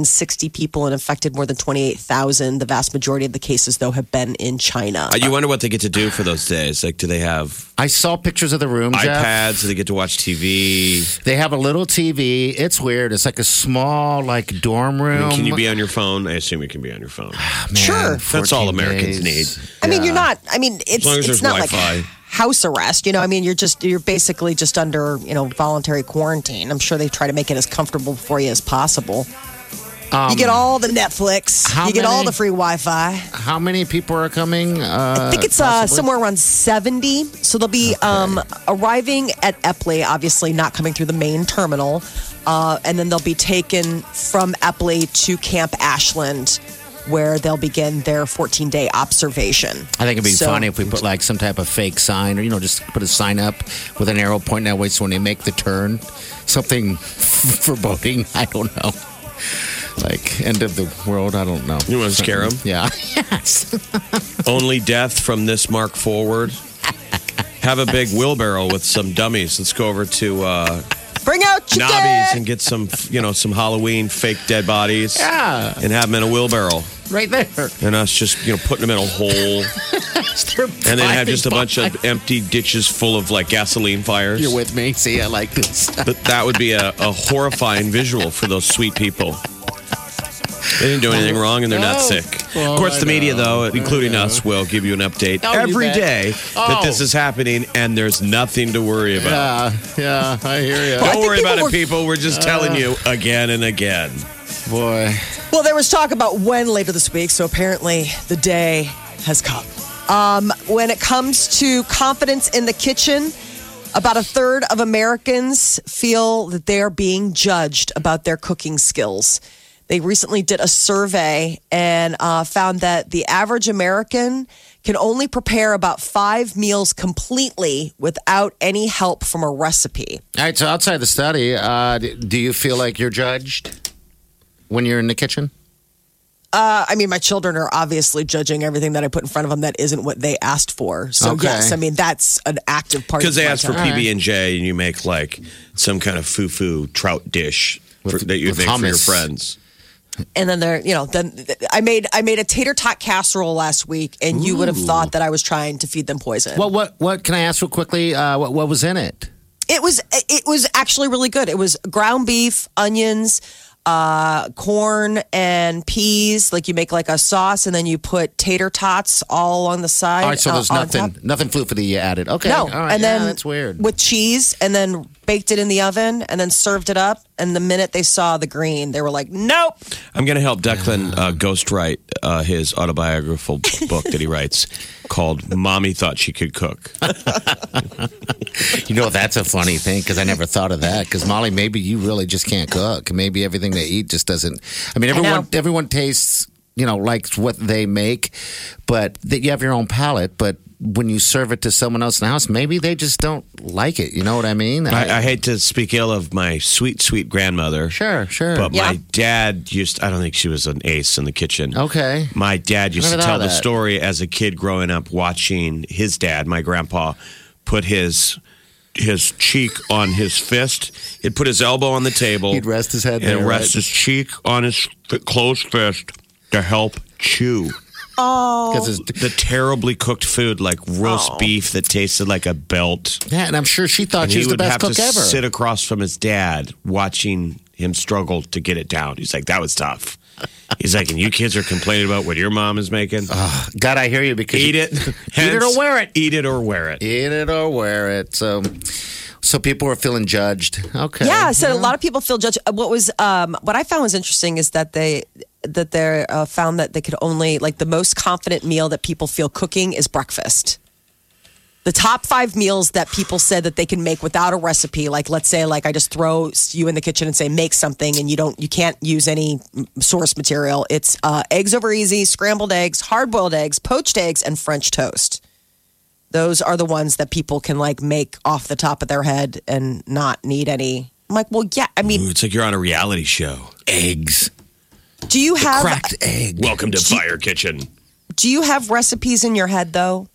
Speaker 3: people and affected more than 28,000. The vast majority of the cases, though, have been in China.
Speaker 4: Uh, You wonder what they get to do for those days. Like, do they have
Speaker 5: I saw pictures of the room. Jeff.
Speaker 4: iPads? Do they get to watch TV?
Speaker 5: They have a little TV. It's weird. It's like a small, like dorm room.
Speaker 4: Can you be on your phone? I assume you can be on your phone.
Speaker 5: Man,
Speaker 3: Sure.
Speaker 4: That's all
Speaker 5: 14
Speaker 4: Americans
Speaker 5: days.
Speaker 4: need.
Speaker 3: I mean, you're not. I mean, it's
Speaker 4: long as
Speaker 3: it's
Speaker 4: there's
Speaker 3: not
Speaker 4: Wi-Fi.
Speaker 3: like house arrest. You know, I mean, you're just you're basically just under you know voluntary quarantine. I'm sure they try to make it as comfortable for you as possible.
Speaker 4: Um,
Speaker 3: you get all the Netflix.
Speaker 5: how
Speaker 3: You get all
Speaker 5: many?
Speaker 3: the free Wi-Fi.
Speaker 5: How many people are coming? Uh,
Speaker 3: I think it's uh, somewhere around 70. So they'll be um, arriving at Epley, obviously not coming through the main terminal. Uh, and then they'll be taken from Epley to Camp Ashland, where they'll begin their 14 day observation.
Speaker 5: I think it'd be
Speaker 3: So-
Speaker 5: funny if we put like some type of fake sign, or you know, just put a sign up with an arrow pointing that way, so when they make the turn, something foreboding. I don't know, like end of the world. I don't know.
Speaker 4: You want to scare them?
Speaker 5: Yeah. yes.
Speaker 4: Only death from this mark forward. Have a big wheelbarrow with some dummies. Let's go over to uh,
Speaker 3: Bring out your
Speaker 4: Nobby's
Speaker 3: dead.
Speaker 4: and get some, you know, some Halloween fake dead bodies
Speaker 5: Yeah.
Speaker 4: and have them in a wheelbarrow.
Speaker 5: Right there.
Speaker 4: And us just, you know, putting them in a hole. And then have just a bunch of empty ditches full of like gasoline fires.
Speaker 5: You're with me. See, I like this.
Speaker 4: But that would be a, a horrifying visual for those sweet people. They didn't do anything wrong and they're not
Speaker 5: No.
Speaker 4: sick.
Speaker 5: Well,
Speaker 4: of course, the
Speaker 5: I
Speaker 4: media, though,
Speaker 5: know.
Speaker 4: including
Speaker 5: I know.
Speaker 4: us, will give you an update
Speaker 5: Oh, you
Speaker 4: every
Speaker 5: bet.
Speaker 4: day that
Speaker 5: Oh.
Speaker 4: this is happening and there's nothing to worry about.
Speaker 5: Yeah, yeah, I hear you.
Speaker 4: Don't worry
Speaker 3: people
Speaker 4: about it,
Speaker 3: were-
Speaker 4: people. We're just
Speaker 5: Uh.
Speaker 4: telling you again and again.
Speaker 5: Boy,
Speaker 3: Well, there was talk about when later this week, so apparently the day has come. Um, when it comes to confidence in the kitchen, about a third of Americans feel that they are being judged about their cooking skills. They recently did a survey and uh, found that the average American can only prepare about five meals completely without any help from a recipe.
Speaker 5: All right, so outside the study, uh, d- do you feel like you're judged when you're in the kitchen?
Speaker 3: I mean, my children are obviously judging everything that I put in front of them that isn't what they asked for. So
Speaker 5: Okay.
Speaker 3: yes, I mean that's an active part.
Speaker 4: Because
Speaker 3: of
Speaker 4: they
Speaker 3: my
Speaker 4: ask for
Speaker 3: time.
Speaker 4: PB and J, and you make like some kind of foo-foo trout dish for,
Speaker 5: With-
Speaker 4: that you
Speaker 5: with
Speaker 4: make for your
Speaker 5: hummus.
Speaker 4: friends.
Speaker 3: and then they're you know then I made I made a tater tot casserole last week, and you would have thought that I was trying to feed them poison.
Speaker 5: What, what, what? Can I ask real quickly? Uh, what, what was in it?
Speaker 3: It was it was actually really good. It was ground beef, onions, uh, corn, and peas. Like you make like a sauce, and then you put tater tots all along the side.
Speaker 5: All right, so
Speaker 3: uh,
Speaker 5: there's
Speaker 3: on top.
Speaker 5: nothing, nothing fluffy you added. Okay,
Speaker 3: No,
Speaker 5: all right,
Speaker 3: and
Speaker 5: yeah,
Speaker 3: then
Speaker 5: that's weird.
Speaker 3: with cheese, and then baked it in the oven and then served it up. And the minute they saw the green, they were like, nope.
Speaker 4: I'm going to help Declan uh, ghostwrite uh, his autobiographical book that he writes called Mommy Thought She Could Cook.
Speaker 5: You know, that's a funny thing because I never thought of that. Because Molly, maybe you really just can't cook. Maybe everything they eat just doesn't. I mean, everyone
Speaker 3: know.
Speaker 5: everyone tastes you know likes what they make, but that you have your own palate. But when you serve it to someone else in the house, maybe they just don't like it. You know what I mean?
Speaker 4: I, I hate to speak ill of my sweet, sweet grandmother.
Speaker 5: sure, sure.
Speaker 4: But
Speaker 3: Yeah.
Speaker 4: my dad used, I don't think she was an ace in the kitchen.
Speaker 5: okay.
Speaker 4: My dad used to
Speaker 5: Never thought
Speaker 4: tell
Speaker 5: of
Speaker 4: the
Speaker 5: that.
Speaker 4: story as a kid growing up watching his dad, my grandpa, put his his cheek on his fist. He'd put his elbow on the table.
Speaker 5: He'd rest his head
Speaker 4: and
Speaker 5: there,
Speaker 4: rest
Speaker 5: right?
Speaker 4: his cheek on his f- closed fist to help chew
Speaker 5: Because it's
Speaker 4: the terribly cooked food like
Speaker 5: Oh.
Speaker 4: roast beef that tasted like a belt.
Speaker 5: yeah, and I'm sure she thought
Speaker 4: And
Speaker 5: she
Speaker 4: he
Speaker 5: was the
Speaker 4: would
Speaker 5: best
Speaker 4: have
Speaker 5: cook
Speaker 4: to
Speaker 5: ever.
Speaker 4: sit across from his dad watching him struggle to get it down. He's like, that was tough. He's like, and you kids are complaining about what your mom is making.
Speaker 5: God, I hear you because
Speaker 4: Eat
Speaker 5: you-
Speaker 4: it.
Speaker 5: eat it or wear it.
Speaker 4: Eat it or wear it.
Speaker 5: Eat it or wear it. So, so people are feeling judged. Okay.
Speaker 3: Yeah, so a lot of people feel judged. What was um, what I found was interesting is that they that they uh, found that they could only like the most confident meal that people feel cooking is breakfast. The top five meals that people said that they can make without a recipe, like let's say, like I just throw you in the kitchen and say make something, and you don't, you can't use any mm, source material. It's uh, eggs over easy, scrambled eggs, hard boiled eggs, poached eggs, and French toast those are the ones that people can like make off the top of their head and not need any. I'm like, well, yeah. I mean,
Speaker 4: Ooh, it's like you're on a reality show.
Speaker 5: eggs.
Speaker 3: do you have
Speaker 5: Cracked egg.
Speaker 4: Welcome to Fire Kitchen.
Speaker 3: do you have recipes in your head though?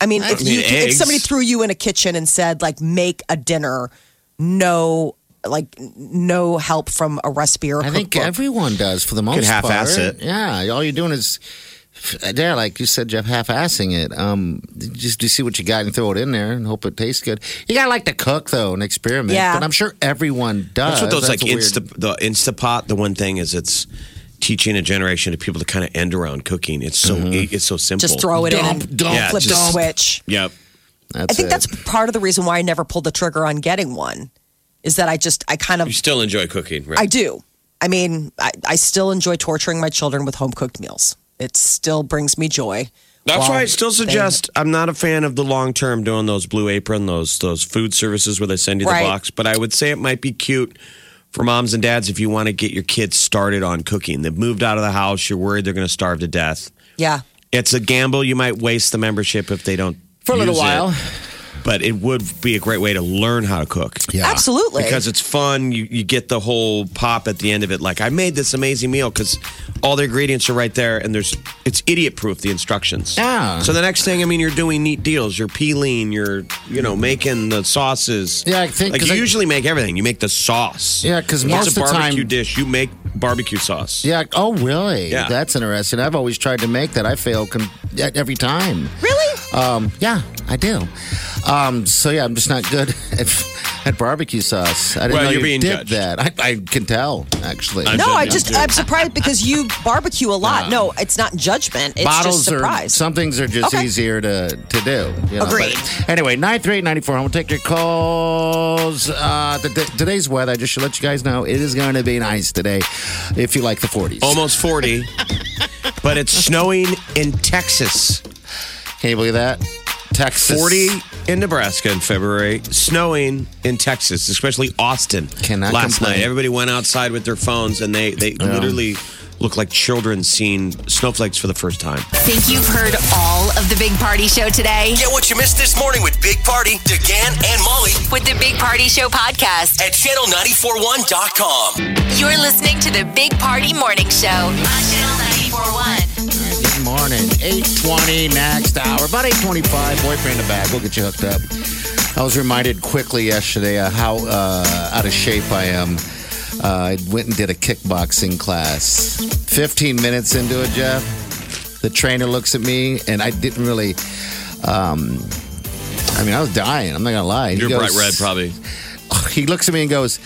Speaker 3: I mean, if,
Speaker 4: mean,
Speaker 3: you, if
Speaker 4: eggs.
Speaker 3: somebody threw you in a kitchen and said like make a dinner, no, like no help from a recipe or a
Speaker 5: I think
Speaker 3: cookbook.
Speaker 5: everyone does for the most part.
Speaker 4: half-ass it.
Speaker 5: Yeah, all you're doing is, yeah, like you said, Jeff, half-assing it. Um, just you see what you got and throw it in there and hope it tastes good. You gotta like to cook though and experiment.
Speaker 3: Yeah.
Speaker 5: but I'm sure everyone does.
Speaker 4: That's what those like
Speaker 5: a Uh, weird-
Speaker 4: Insta the Instapot. The one thing is it's teaching a generation of people to kind of end around cooking. It's so e, it's so simple.
Speaker 3: just throw it
Speaker 5: Dump,
Speaker 3: in, and
Speaker 5: dump,
Speaker 4: Yeah,
Speaker 3: flip the
Speaker 4: just-
Speaker 3: switch.
Speaker 4: Yep.
Speaker 5: That's
Speaker 3: I think
Speaker 5: it.
Speaker 3: that's part of the reason why I never pulled the trigger on getting one, is that I just I kind of
Speaker 4: You still enjoy cooking, right?
Speaker 3: I do. I mean, I, I still enjoy torturing my children with home cooked meals. It still brings me joy.
Speaker 4: That's
Speaker 3: While
Speaker 4: why I still
Speaker 3: they-
Speaker 4: suggest I'm not a fan of the long term doing those blue apron, those those food services where they send you
Speaker 3: Right.
Speaker 4: the box. But I would say it might be cute for moms and dads if you want to get your kids started on cooking. They've moved out of the house, you're worried they're gonna starve to death.
Speaker 3: Yeah.
Speaker 4: It's a gamble. You might waste the membership if they don't
Speaker 5: for a little
Speaker 4: use it.
Speaker 5: while.
Speaker 4: but it would be a great way to learn how to cook.
Speaker 5: Yeah.
Speaker 3: Absolutely.
Speaker 4: Because it's fun. You, you get the whole pop at the end of it. Like, I made this amazing meal because all the ingredients are right there and there's it's idiot proof, the instructions.
Speaker 5: Yeah.
Speaker 4: So the next thing, I mean, you're doing neat deals. You're peeling, you're, you know, making the sauces.
Speaker 5: Yeah, I think-
Speaker 4: Like,
Speaker 5: 'cause
Speaker 4: you
Speaker 5: I-
Speaker 4: usually make everything. You make the sauce.
Speaker 5: Yeah, 'cause
Speaker 4: If
Speaker 5: most
Speaker 4: it's a
Speaker 5: of the
Speaker 4: barbecue
Speaker 5: time-
Speaker 4: dish. You make barbecue sauce.
Speaker 5: Yeah. Oh, really?
Speaker 4: Yeah.
Speaker 5: That's interesting. I've always tried to make that. I fail com- at every time.
Speaker 3: really?
Speaker 5: Um, yeah, I do. Um, so yeah, I'm just not good at, at barbecue sauce. I didn't
Speaker 4: Well,
Speaker 5: know
Speaker 4: you're
Speaker 5: you
Speaker 4: being
Speaker 5: did
Speaker 4: judged.
Speaker 5: that. I, I can tell actually.
Speaker 4: I'm
Speaker 3: No, I
Speaker 4: judging
Speaker 3: just
Speaker 4: too.
Speaker 3: I'm surprised because you barbecue a lot. No, it's not judgment. It's
Speaker 5: Bottles
Speaker 3: just surprise.
Speaker 5: are some things are just
Speaker 3: Okay.
Speaker 5: easier to to do. You know?
Speaker 3: Agreed.
Speaker 5: But anyway, nine three eight ninety four. I will take your calls. Uh, the, today's weather. I just should let you guys know it is going to be nice today. If you like the 40s,
Speaker 4: Almost 40, but it's snowing in Texas.
Speaker 5: can you believe that? Texas
Speaker 4: 40 in Nebraska in February, snowing in Texas, especially Austin.
Speaker 5: Cannot
Speaker 4: last
Speaker 5: complain.
Speaker 4: night, everybody went outside with their phones, and they they literally looked like children seeing snowflakes for the first time.
Speaker 2: Think you've heard all of the Big Party Show today?
Speaker 1: Get what you missed this morning with Big Party, DeGan, and Molly
Speaker 2: With the Big Party Show podcast,
Speaker 1: at channel941.com.
Speaker 2: you're listening to the Big Party Morning Show on Channel 941.
Speaker 5: Good morning. 820 next hour. About 825. Boyfriend in the back. We'll get you hooked up. I was reminded quickly yesterday uh, how uh, out of shape I am. Uh, I went and did a kickboxing class. 15 minutes into it, Jeff. The trainer looks at me, and I didn't really. Um, I mean, I was dying. I'm not going to lie. He
Speaker 4: You're bright
Speaker 5: goes-
Speaker 4: red, probably.
Speaker 5: he looks at me and goes,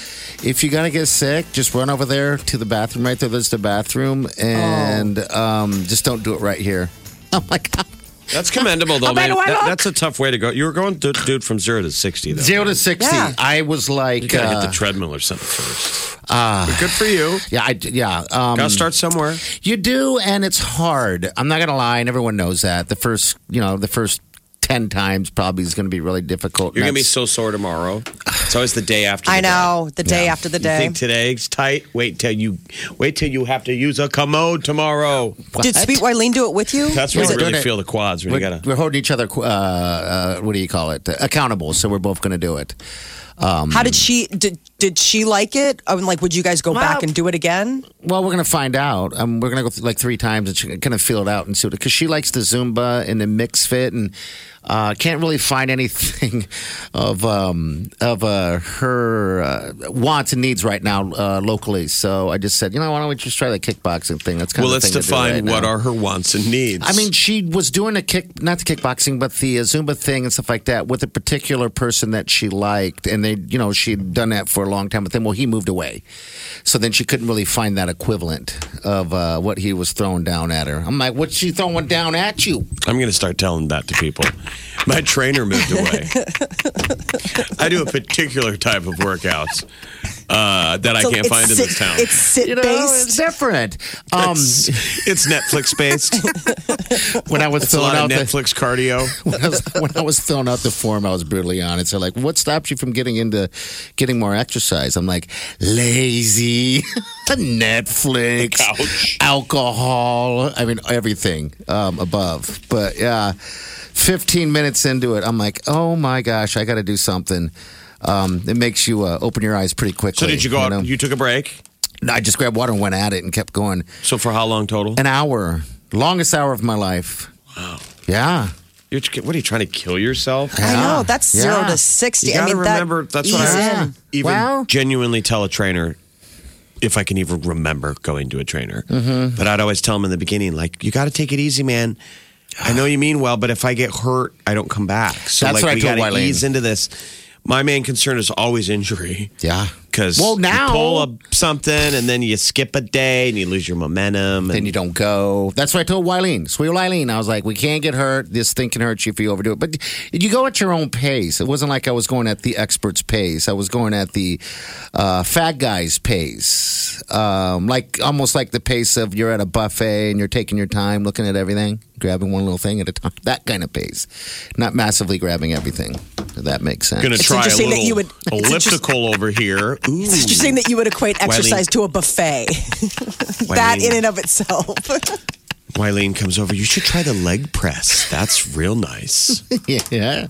Speaker 5: "If you're gonna get sick, just run over there to the bathroom right there. There's the bathroom, and um, just don't do it right here." I'm like,
Speaker 4: That's commendable, though,
Speaker 3: I'll bet
Speaker 4: man.
Speaker 3: I
Speaker 4: That-
Speaker 3: look.
Speaker 4: that's a tough way to go. You were going, dude, dude from zero to 60, though.
Speaker 5: Zero to 60.
Speaker 3: Yeah.
Speaker 5: I was
Speaker 4: You
Speaker 5: like,
Speaker 4: gotta hit
Speaker 5: uh,
Speaker 4: the treadmill or something first.
Speaker 5: Ah.
Speaker 4: But good for you.
Speaker 5: yeah, I, yeah. Um,
Speaker 4: Gotta start somewhere.
Speaker 5: You do, and it's hard. I'm not going to lie, and everyone knows that. The first, you know, the first 10 times probably is going to be really difficult.
Speaker 4: You're gonna be
Speaker 5: That's-
Speaker 4: so sore tomorrow. It's always the day after. The
Speaker 3: I know
Speaker 4: Day.
Speaker 3: the day after the
Speaker 4: You
Speaker 3: day.
Speaker 4: think today's tight? Wait till you wait till you have to use a commode tomorrow.
Speaker 3: Did Sweet Wileen do it with you?
Speaker 4: That's when
Speaker 5: Was
Speaker 4: you really
Speaker 5: it- Doing it-
Speaker 4: feel the quads when
Speaker 5: We're,
Speaker 4: you gotta.
Speaker 5: we're holding each other, uh, uh, what do you call it? Accountable. So we're both going to do it.
Speaker 3: How did she did did she like it? I mean, like, would you guys go back and do it again?
Speaker 5: Well, we're going to find out. Um, we're going to go th- like three times and she's going to feel it out and see what, because she likes the Zumba and the mix fit and uh, can't really find anything of um, of uh, her uh, wants and needs right now uh, locally. So I just said, you know, why don't we just try the kickboxing thing? That's kind
Speaker 4: Well,
Speaker 5: of the
Speaker 4: let's
Speaker 5: thing to do right
Speaker 4: define what
Speaker 5: now.
Speaker 4: are her wants and needs.
Speaker 5: I mean, she was doing a kick, not the kickboxing, but the uh, Zumba thing and stuff like that with a particular person that she liked. And they, you know, she'd done that for a long time, but then, well, he moved away. So then she couldn't really find that equivalent of uh, what he was throwing down at her. I'm like, what's she throwing down at you?
Speaker 4: I'm gonna start telling that to people. My trainer moved away. I do a particular type of workouts uh, that I
Speaker 3: So
Speaker 4: can't
Speaker 3: it's
Speaker 4: find in
Speaker 3: sit-
Speaker 4: this town.
Speaker 3: It's sit
Speaker 5: You know, it's
Speaker 3: based.
Speaker 5: different. Um,
Speaker 4: It's- it's Netflix based.
Speaker 5: when I was
Speaker 4: It's a
Speaker 5: filling
Speaker 4: lot
Speaker 5: out
Speaker 4: of
Speaker 5: the,
Speaker 4: Netflix cardio.
Speaker 5: when I, was, when I was filling out the form, I was brutally honest. They're like, "What stops you from getting into getting more exercise?" I'm like, "Lazy, Netflix,
Speaker 4: Couch.
Speaker 5: alcohol. I mean, everything um, above." But yeah, 15 minutes into it, I'm like, "Oh my gosh, I got to do something." Um, it makes you uh, open your eyes pretty
Speaker 4: So
Speaker 5: quickly.
Speaker 4: did you go out?
Speaker 5: know?
Speaker 4: You took a break.
Speaker 5: I just grabbed water and went at it and kept going.
Speaker 4: So for how long total?
Speaker 5: An hour, longest hour of my life. Wow. Yeah.
Speaker 4: You're, what are you trying to kill yourself?
Speaker 3: I know that's zero
Speaker 5: Yeah.
Speaker 3: to sixty.
Speaker 4: You
Speaker 3: I
Speaker 4: gotta
Speaker 3: mean, that
Speaker 4: remember. that's what
Speaker 3: ease
Speaker 4: I
Speaker 3: in.
Speaker 4: even
Speaker 5: Well-
Speaker 4: genuinely tell a trainer if I can even remember going to a trainer.
Speaker 3: Mm-hmm.
Speaker 4: But I'd always tell them in the beginning, like, you got to take it easy, man. I know you mean well, but if I get hurt, I don't come back. So
Speaker 5: That's
Speaker 4: like,
Speaker 5: what I
Speaker 4: we
Speaker 5: told
Speaker 4: gotta
Speaker 5: Wileen.
Speaker 4: ease into this. My main concern is always injury.
Speaker 5: Yeah.
Speaker 4: Because
Speaker 5: Well, now-
Speaker 4: you pull up something and then you skip a day and you lose your momentum.
Speaker 5: then
Speaker 4: And
Speaker 5: you don't go. That's what I told Wileen, sweet Wileen. I was like, we can't get hurt. This thing can hurt you if you overdo it. But you go at your own pace. It wasn't like I was going at the expert's pace. I was going at the uh, fat guy's pace, um, like almost like the pace of you're at a buffet and you're taking your time, looking at everything, grabbing one little thing at a time. That kind of pace, not massively grabbing everything. If that makes sense.
Speaker 4: gonna try a
Speaker 3: interesting
Speaker 4: little
Speaker 3: that you would- it's
Speaker 4: elliptical over here. Ooh,
Speaker 3: It's interesting that you would equate exercise to a buffet. that
Speaker 4: Wileen.
Speaker 3: in and of itself.
Speaker 4: Wileen comes over. You should try the leg press. That's real nice.
Speaker 5: yeah.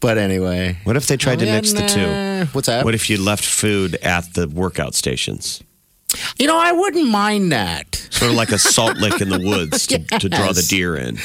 Speaker 5: But anyway,
Speaker 4: What if they tried to mix the two?
Speaker 5: Oh, What's that?
Speaker 4: What if you left food at the workout stations?
Speaker 5: you know, I wouldn't mind that.
Speaker 4: Sort of like a salt lick in the woods to, to draw the
Speaker 5: Yes.
Speaker 4: deer in.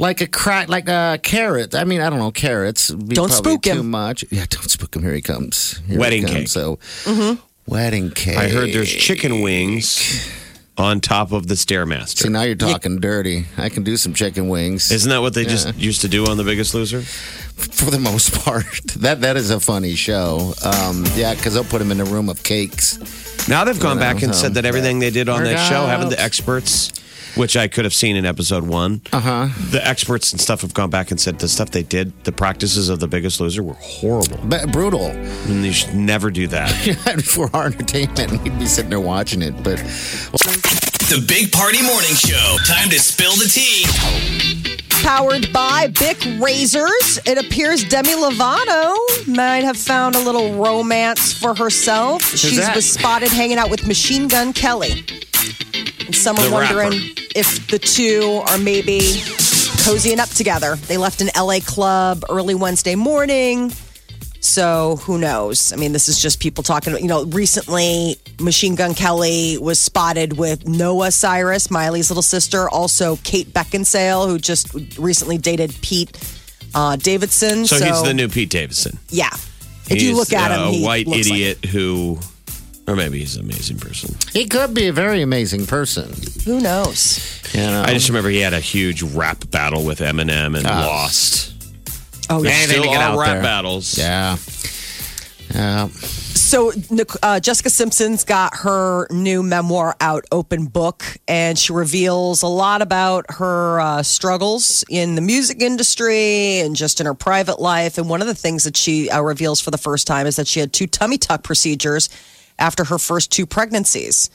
Speaker 5: like a crack, like a carrot. I mean, I don't know carrots. would be
Speaker 3: Don't
Speaker 5: probably
Speaker 3: spook him.
Speaker 5: too much. Yeah, don't spook him. Here he comes. Here he
Speaker 4: Wedding
Speaker 5: comes.
Speaker 4: cake.
Speaker 5: So,
Speaker 3: Mm-hmm.
Speaker 5: wedding cake.
Speaker 4: I heard there's chicken wings on top of the
Speaker 5: See,
Speaker 4: Stairmaster.
Speaker 5: now you're talking dirty. I can do some chicken wings
Speaker 4: Isn't that what they just used to do on The Biggest Loser?
Speaker 5: for the most part. That that is a funny show. Um, yeah, because they'll put him in a room of cakes.
Speaker 4: Now they've gone
Speaker 5: Well,
Speaker 4: back and said that everything they did on that show, haven't the
Speaker 5: Workouts.
Speaker 4: experts, which I could have seen in episode one, uh-huh. the experts and stuff have gone back and said the stuff they did, the practices of The Biggest Loser were horrible.
Speaker 5: But brutal
Speaker 4: And they should never do that.
Speaker 5: for our entertainment. We'd be sitting there watching it, but
Speaker 1: The Big Party Morning Show. Time to spill the tea.
Speaker 3: Powered by Bic Razors, it appears Demi Lovato might have found a little romance for herself. she
Speaker 5: that?
Speaker 3: was spotted hanging out with Machine Gun Kelly. And some are
Speaker 4: The
Speaker 3: wondering
Speaker 4: rapper.
Speaker 3: if the two are maybe cozying up together. They left an LA club early Wednesday morning. So who knows? I mean, this is just people talking. You know, recently Machine Gun Kelly was spotted with Noah Cyrus, Miley's little sister, also Kate Beckinsale, who just recently dated Pete uh, Davidson.
Speaker 4: So, he's the new Pete Davidson.
Speaker 3: yeah. If you
Speaker 4: He's,
Speaker 3: look at him,
Speaker 4: uh, a
Speaker 3: he
Speaker 4: white
Speaker 3: looks like-
Speaker 4: idiot who, or maybe he's an amazing person.
Speaker 5: he could be a very amazing person.
Speaker 3: who knows?
Speaker 5: You know,
Speaker 4: I
Speaker 3: Um,
Speaker 4: just remember he had a huge rap battle with Eminem and
Speaker 5: Ah.
Speaker 4: lost.
Speaker 3: Oh yeah.
Speaker 4: There
Speaker 5: Anything
Speaker 4: still
Speaker 5: to get
Speaker 4: are
Speaker 5: out
Speaker 4: rap
Speaker 5: there.
Speaker 4: battles.
Speaker 5: yeah. Yeah.
Speaker 3: so Nic- uh, Jessica Simpson's got her new memoir out, Open Book, and she reveals a lot about her uh, struggles in the music industry and just in her private life. And one of the things that she uh, reveals for the first time is that she had two tummy tuck procedures after her first two pregnancies.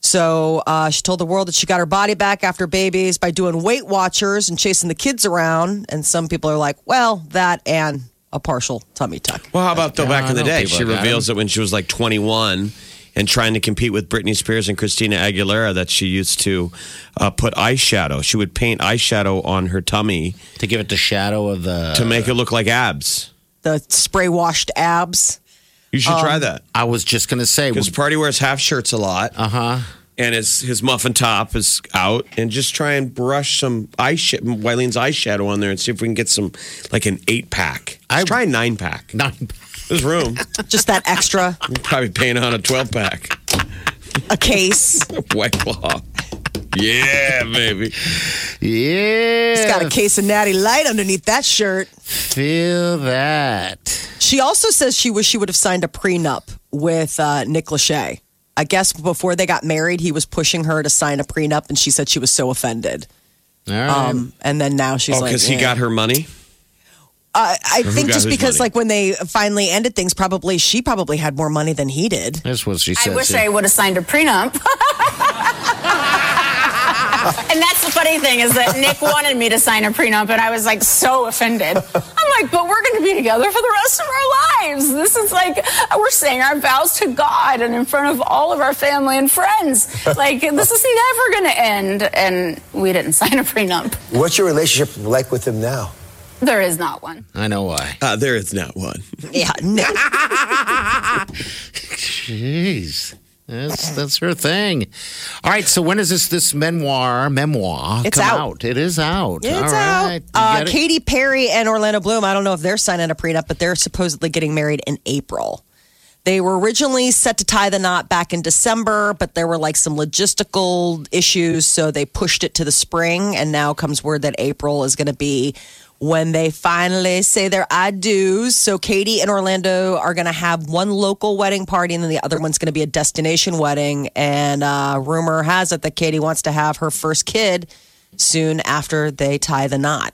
Speaker 3: So uh, she told the world that she got her body back after babies by doing Weight Watchers and chasing the kids around. And some people are like, well, that and a partial tummy tuck.
Speaker 4: Well, how about though back in the
Speaker 5: I know
Speaker 4: day?
Speaker 5: people
Speaker 4: She
Speaker 5: that got
Speaker 4: reveals that when she was like 21 and trying to compete with Britney Spears and Christina Aguilera, that she used to uh, put eyeshadow. She would paint eyeshadow on her tummy
Speaker 5: to give it the shadow of the.
Speaker 3: Oh,
Speaker 4: to make it look like abs.
Speaker 3: the spray washed abs.
Speaker 4: You should
Speaker 3: Um,
Speaker 4: try that.
Speaker 5: I was just gonna say,
Speaker 4: Because Party wears half shirts a lot. Uh huh. And his his muffin top is out, and just try and brush some eyes, Wylene's eyeshadow on there, and see if we can get some like an eight pack. I
Speaker 5: I-
Speaker 4: try a nine pack.
Speaker 5: not
Speaker 4: There's room.
Speaker 3: Just that extra,
Speaker 4: You can probably paint on a twelve pack.
Speaker 3: a case.
Speaker 4: White claw. Yeah, baby.
Speaker 5: yeah.
Speaker 3: It's got a case of Natty Light underneath that shirt.
Speaker 5: Feel that.
Speaker 3: She also says she wished she would have signed a prenup with uh, Nick Lachey. I guess before they got married, he was pushing her to sign a prenup, and she said she was so offended.
Speaker 5: All right.
Speaker 3: Um, and then now she's
Speaker 4: Oh,
Speaker 3: like,
Speaker 4: because he
Speaker 3: "Eh."
Speaker 4: got her money.
Speaker 3: Uh, I
Speaker 4: who
Speaker 3: think
Speaker 4: got
Speaker 3: just
Speaker 4: his
Speaker 3: because,
Speaker 4: money?
Speaker 3: like, when they finally ended things, probably she probably had more money than he did.
Speaker 5: That's what she said.
Speaker 10: I wish
Speaker 5: too.
Speaker 10: I would have signed a prenup. and that's the funny thing is that Nick wanted me to sign a prenup, and I was like so offended. I'm like, but we're going to be together for the rest of our lives. This is like we're saying our vows to God and in front of all of our family and friends. Like this is never going to end, and we didn't sign a prenup.
Speaker 11: What's your relationship like with him now?
Speaker 10: There is not one.
Speaker 5: I know why.
Speaker 4: Uh, there is not one.
Speaker 3: Yeah, Nick.
Speaker 5: Jeez. That's that's her thing. All right. So when is this this memoir memoir
Speaker 3: It's
Speaker 5: come
Speaker 3: out.
Speaker 5: It is out.
Speaker 3: It's
Speaker 5: All right. You
Speaker 3: out. Uh,
Speaker 5: get it?
Speaker 3: Katy Perry and Orlando Bloom. I don't know if they're signing a prenup, but they're supposedly getting married in April. They were originally set to tie the knot back in December, but there were like some logistical issues, so they pushed it to the spring. And now comes word that April is going to be when they finally say their I do's. So Katie and Orlando are going to have one local wedding party, and then the other one's going to be a destination wedding. And uh, rumor has it that Katie wants to have her first kid soon after they tie the knot.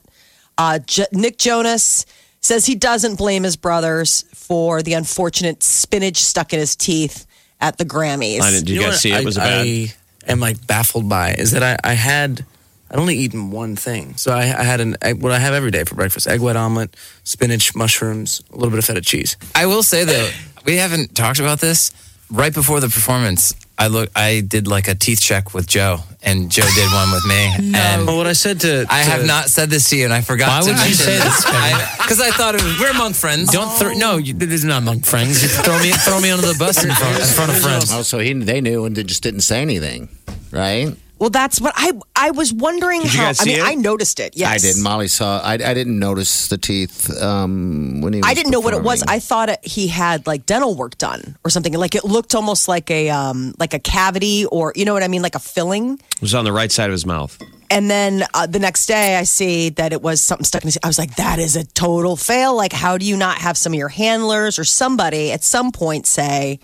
Speaker 3: Uh, J- Nick Jonas says he doesn't blame his brothers for the unfortunate spinach stuck in his teeth at the Grammys.
Speaker 4: I didn't, did you, guys see it? it was a bad.
Speaker 11: I am like baffled by is that I, I had I'd only eaten one thing. So I, I had an egg, what I have every day for breakfast: egg white omelet, spinach, mushrooms, a little bit of feta cheese.
Speaker 10: I will say though, we haven't talked about this. Right before the performance, I look, I did like a teeth check with Joe, and Joe did one with me. And
Speaker 11: Well, what I said to
Speaker 10: I have not said this to you, and I forgot. Why would you say this? Because I, thought it was, we're among friends. Don't throw. No, you, this is not among friends. You throw me, throw me under the bus in front, in front of friends.
Speaker 5: Oh, so he they knew and they just didn't say anything, right?
Speaker 3: Well, that's what I I was wondering
Speaker 4: Did you
Speaker 3: how.
Speaker 4: guys
Speaker 3: I
Speaker 4: see
Speaker 3: mean,
Speaker 4: it?
Speaker 3: I noticed it. Yes,
Speaker 5: I did. Molly saw. I, I didn't notice the teeth um, when he. Was
Speaker 3: I didn't know what it was.
Speaker 5: performing.
Speaker 3: I thought it, he had like dental work done or something. Like it looked almost like a um like a cavity or you know what I mean, like a filling.
Speaker 4: It was on the right side of his mouth.
Speaker 3: And then uh, the next day, I see that it was something stuck in his. I was like, that is a total fail. Like, how do you not have some of your handlers or somebody at some point say,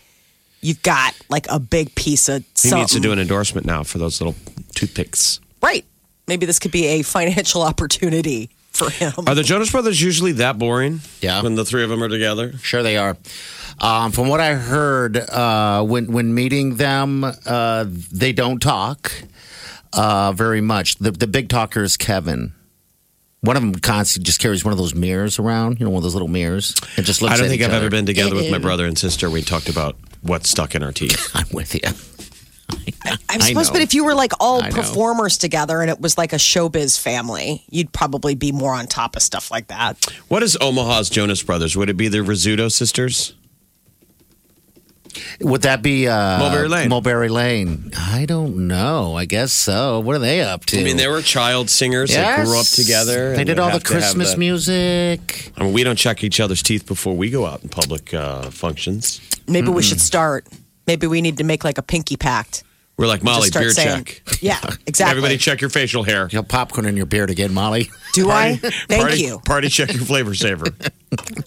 Speaker 3: you've got like a big piece of
Speaker 4: He
Speaker 3: something?
Speaker 4: needs to do an endorsement now for those little toothpicks.
Speaker 3: right. Maybe this could be a financial opportunity for him.
Speaker 4: Are the Jonas Brothers usually that boring?
Speaker 5: Yeah.
Speaker 4: When the three of them are together?
Speaker 5: Sure, they are. Um, from what I heard, uh, when when meeting them, uh, they don't talk uh, very much. The the big talker is Kevin. One of them constantly just carries one of those mirrors around, you know, one of those little mirrors, and just looks.
Speaker 4: I don't
Speaker 5: at
Speaker 4: think
Speaker 5: each
Speaker 4: I've
Speaker 5: other.
Speaker 4: ever been together with my brother and sister. We talked about what's stuck in our teeth.
Speaker 5: I'm with you.
Speaker 3: I'm
Speaker 5: I
Speaker 3: supposed,
Speaker 5: know.
Speaker 3: but if you were like all
Speaker 5: I know.
Speaker 3: performers together and it was like a showbiz family, you'd probably be more on top of stuff like that.
Speaker 4: What is Omaha's Jonas Brothers? Would it be the Rizzuto sisters?
Speaker 5: Would that be uh,
Speaker 4: Mulberry Lane.
Speaker 5: Mulberry Lane. I don't know. I guess so. What are they up to?
Speaker 4: I mean, they were child singers. They grew up
Speaker 5: Yes.
Speaker 4: together.
Speaker 5: They
Speaker 4: and
Speaker 5: did all the
Speaker 4: have to have
Speaker 5: Christmas
Speaker 4: that-
Speaker 5: music.
Speaker 4: I mean, we don't check each other's teeth before we go out in public uh, functions.
Speaker 3: Maybe we should start. Maybe we need to make like a pinky pact.
Speaker 4: We're like Molly,
Speaker 3: Just start
Speaker 4: beer
Speaker 3: saying,
Speaker 4: check.
Speaker 3: Yeah, exactly.
Speaker 4: Everybody, check your facial hair.
Speaker 5: You know, popcorn in your beard again, Molly.
Speaker 3: Do I? Thank
Speaker 4: party,
Speaker 3: you.
Speaker 4: Party, check your flavor saver.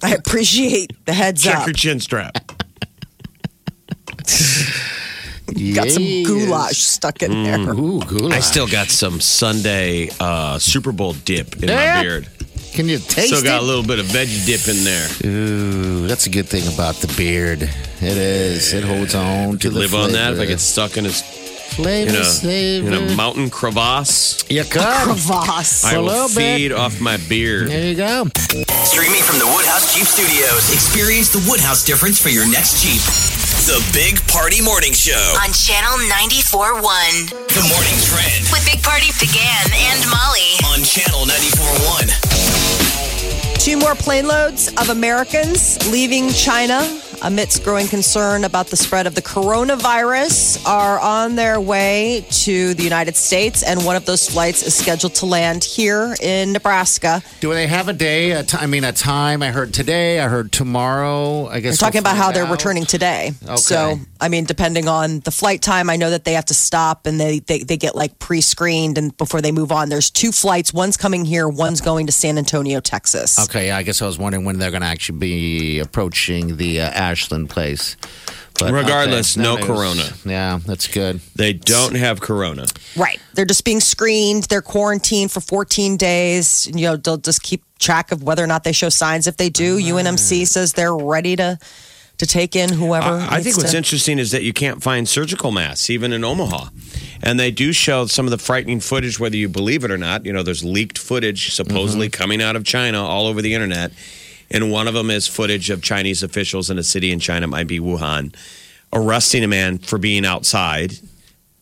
Speaker 3: I appreciate the heads
Speaker 4: check
Speaker 3: up.
Speaker 4: your chin strap.
Speaker 3: Got some goulash stuck in
Speaker 4: Mm-hmm.
Speaker 3: there.
Speaker 4: I still got some Sunday uh, Super Bowl dip in
Speaker 5: Yeah.
Speaker 4: my beard.
Speaker 5: Can you taste
Speaker 4: Still got
Speaker 5: it?
Speaker 4: a little bit of veggie dip in there.
Speaker 5: Ooh, that's a good thing about the beard. It is. It holds on to
Speaker 4: Could
Speaker 5: the
Speaker 4: live on that if I
Speaker 5: flavor.
Speaker 4: get stuck in his
Speaker 5: Flavor
Speaker 4: in a,
Speaker 5: saver.
Speaker 4: in a mountain crevasse.
Speaker 5: You
Speaker 3: crevasse.
Speaker 4: I
Speaker 5: A
Speaker 4: will
Speaker 5: little bit.
Speaker 4: feed off my beard.
Speaker 5: There you go.
Speaker 1: Streaming from the Woodhouse Jeep Studios. Experience the Woodhouse difference for your next Jeep. The Big Party Morning Show.
Speaker 2: on Channel 94.1
Speaker 1: The Morning Trend
Speaker 2: with Big Party began and Molly.
Speaker 1: on Channel 94.1.
Speaker 3: Two more plane loads of Americans leaving China amidst growing concern about the spread of the coronavirus are on their way to the United States, and one of those flights is scheduled to land here in Nebraska.
Speaker 5: Do they have a day? A ti- I mean, a time. I heard today. I heard tomorrow. I
Speaker 3: They're
Speaker 5: guess
Speaker 3: talking
Speaker 5: we'll
Speaker 3: about how
Speaker 5: find
Speaker 3: they're
Speaker 5: out.
Speaker 3: returning today.
Speaker 5: Okay.
Speaker 3: So, I mean, depending on the flight time, I know that they have to stop and they, they, they get like pre screened and before they move on. There's two flights one's coming here, one's going to San Antonio, Texas.
Speaker 5: Okay, yeah, I guess I was wondering when they're going to actually be approaching the uh, Ashland place. But
Speaker 4: Regardless,
Speaker 5: okay,
Speaker 4: no
Speaker 5: news.
Speaker 4: corona.
Speaker 5: Yeah, that's good.
Speaker 4: They don't have corona.
Speaker 3: Right. They're just being screened. They're quarantined for 14 days. You know, they'll just keep track of whether or not they show signs. If they do, UNMC says they're ready to to take in whoever.
Speaker 4: I, I think
Speaker 3: needs
Speaker 4: what's
Speaker 3: to.
Speaker 4: interesting is that you can't find surgical masks even in Omaha, and they do show some of the frightening footage, whether you believe it or not. You know, there's leaked footage supposedly
Speaker 3: Mm-hmm.
Speaker 4: coming out of China all over the internet, and one of them is footage of Chinese officials in a city in China, it might be Wuhan, arresting a man for being outside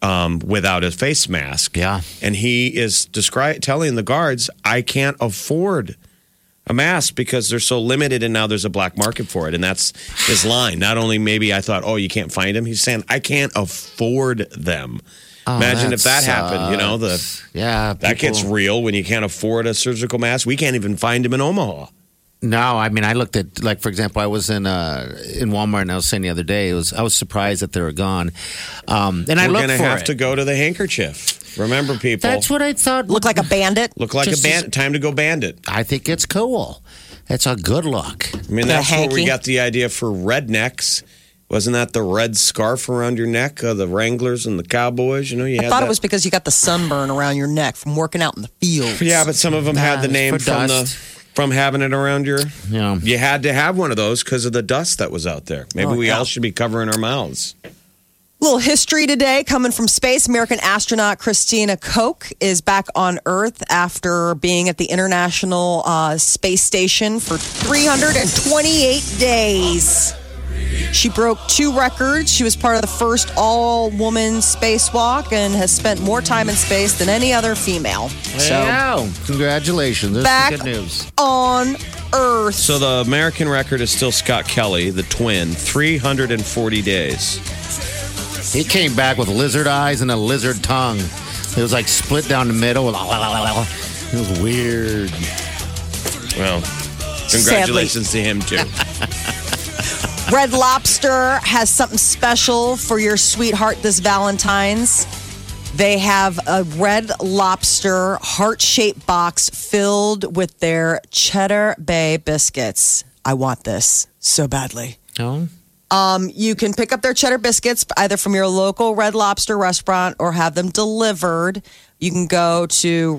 Speaker 4: um, without a face mask.
Speaker 5: Yeah.
Speaker 4: and he is descri- telling the guards, "I can't afford." a mask because they're so limited and now there's a black market for it and that's his line not only maybe i thought oh you can't find them he's saying i can't afford them
Speaker 5: Oh,
Speaker 4: imagine if that happened you know the
Speaker 5: sucks. yeah
Speaker 4: that
Speaker 5: people-
Speaker 4: gets real when you can't afford a surgical mask we can't even find them in omaha
Speaker 5: No, I mean I looked at like for example, I was in uh in Walmart and I was saying the other day it was I was surprised that they were gone. Um and I
Speaker 4: we're
Speaker 5: looked
Speaker 4: gonna
Speaker 5: for
Speaker 4: have
Speaker 5: it.
Speaker 4: to go to the handkerchief remember people
Speaker 5: That's what I thought.
Speaker 3: Look like a bandit.
Speaker 4: look like a
Speaker 5: Just as-
Speaker 4: bandit time to go bandit
Speaker 5: I think it's cool. It's a good look.
Speaker 4: i mean
Speaker 3: The
Speaker 4: that's where we
Speaker 3: hanky.
Speaker 4: got the idea for rednecks wasn't that the red scarf around your neck of the wranglers and the cowboys you know you
Speaker 3: I
Speaker 4: had
Speaker 3: thought
Speaker 4: that-
Speaker 3: it was because you got the sunburn around your neck from working out in the fields.
Speaker 4: Yeah, but some of them had the
Speaker 5: Nah,
Speaker 4: name
Speaker 5: it's for
Speaker 4: from the
Speaker 5: dust.
Speaker 4: from having it around your.
Speaker 5: You know.
Speaker 4: You had to have one of those because of the dust that was out there. Maybe
Speaker 3: Oh,
Speaker 4: we
Speaker 3: yeah.
Speaker 4: all should be covering our mouths.
Speaker 3: Little history today coming from space. American astronaut Christina Koch is back on Earth after being at the International uh, Space Station for 328 days. She broke two records. She was part of the first all woman spacewalk and has spent more time in space than any other female. So,
Speaker 5: Wow. Congratulations. This
Speaker 3: back
Speaker 5: is good news.
Speaker 3: on Earth.
Speaker 4: So the American record is still Scott Kelly, the twin, 340 days.
Speaker 5: He came back with lizard eyes and a lizard tongue. It was like split down the middle. It was weird.
Speaker 4: Well, congratulations to him too.
Speaker 3: Red Lobster has something special for your sweetheart this Valentine's. They have a red lobster heart shaped box filled with their cheddar bay biscuits. I want this so badly.
Speaker 5: No?
Speaker 3: Um, you can pick up their cheddar biscuits either from your local Red Lobster restaurant or have them delivered. You can go to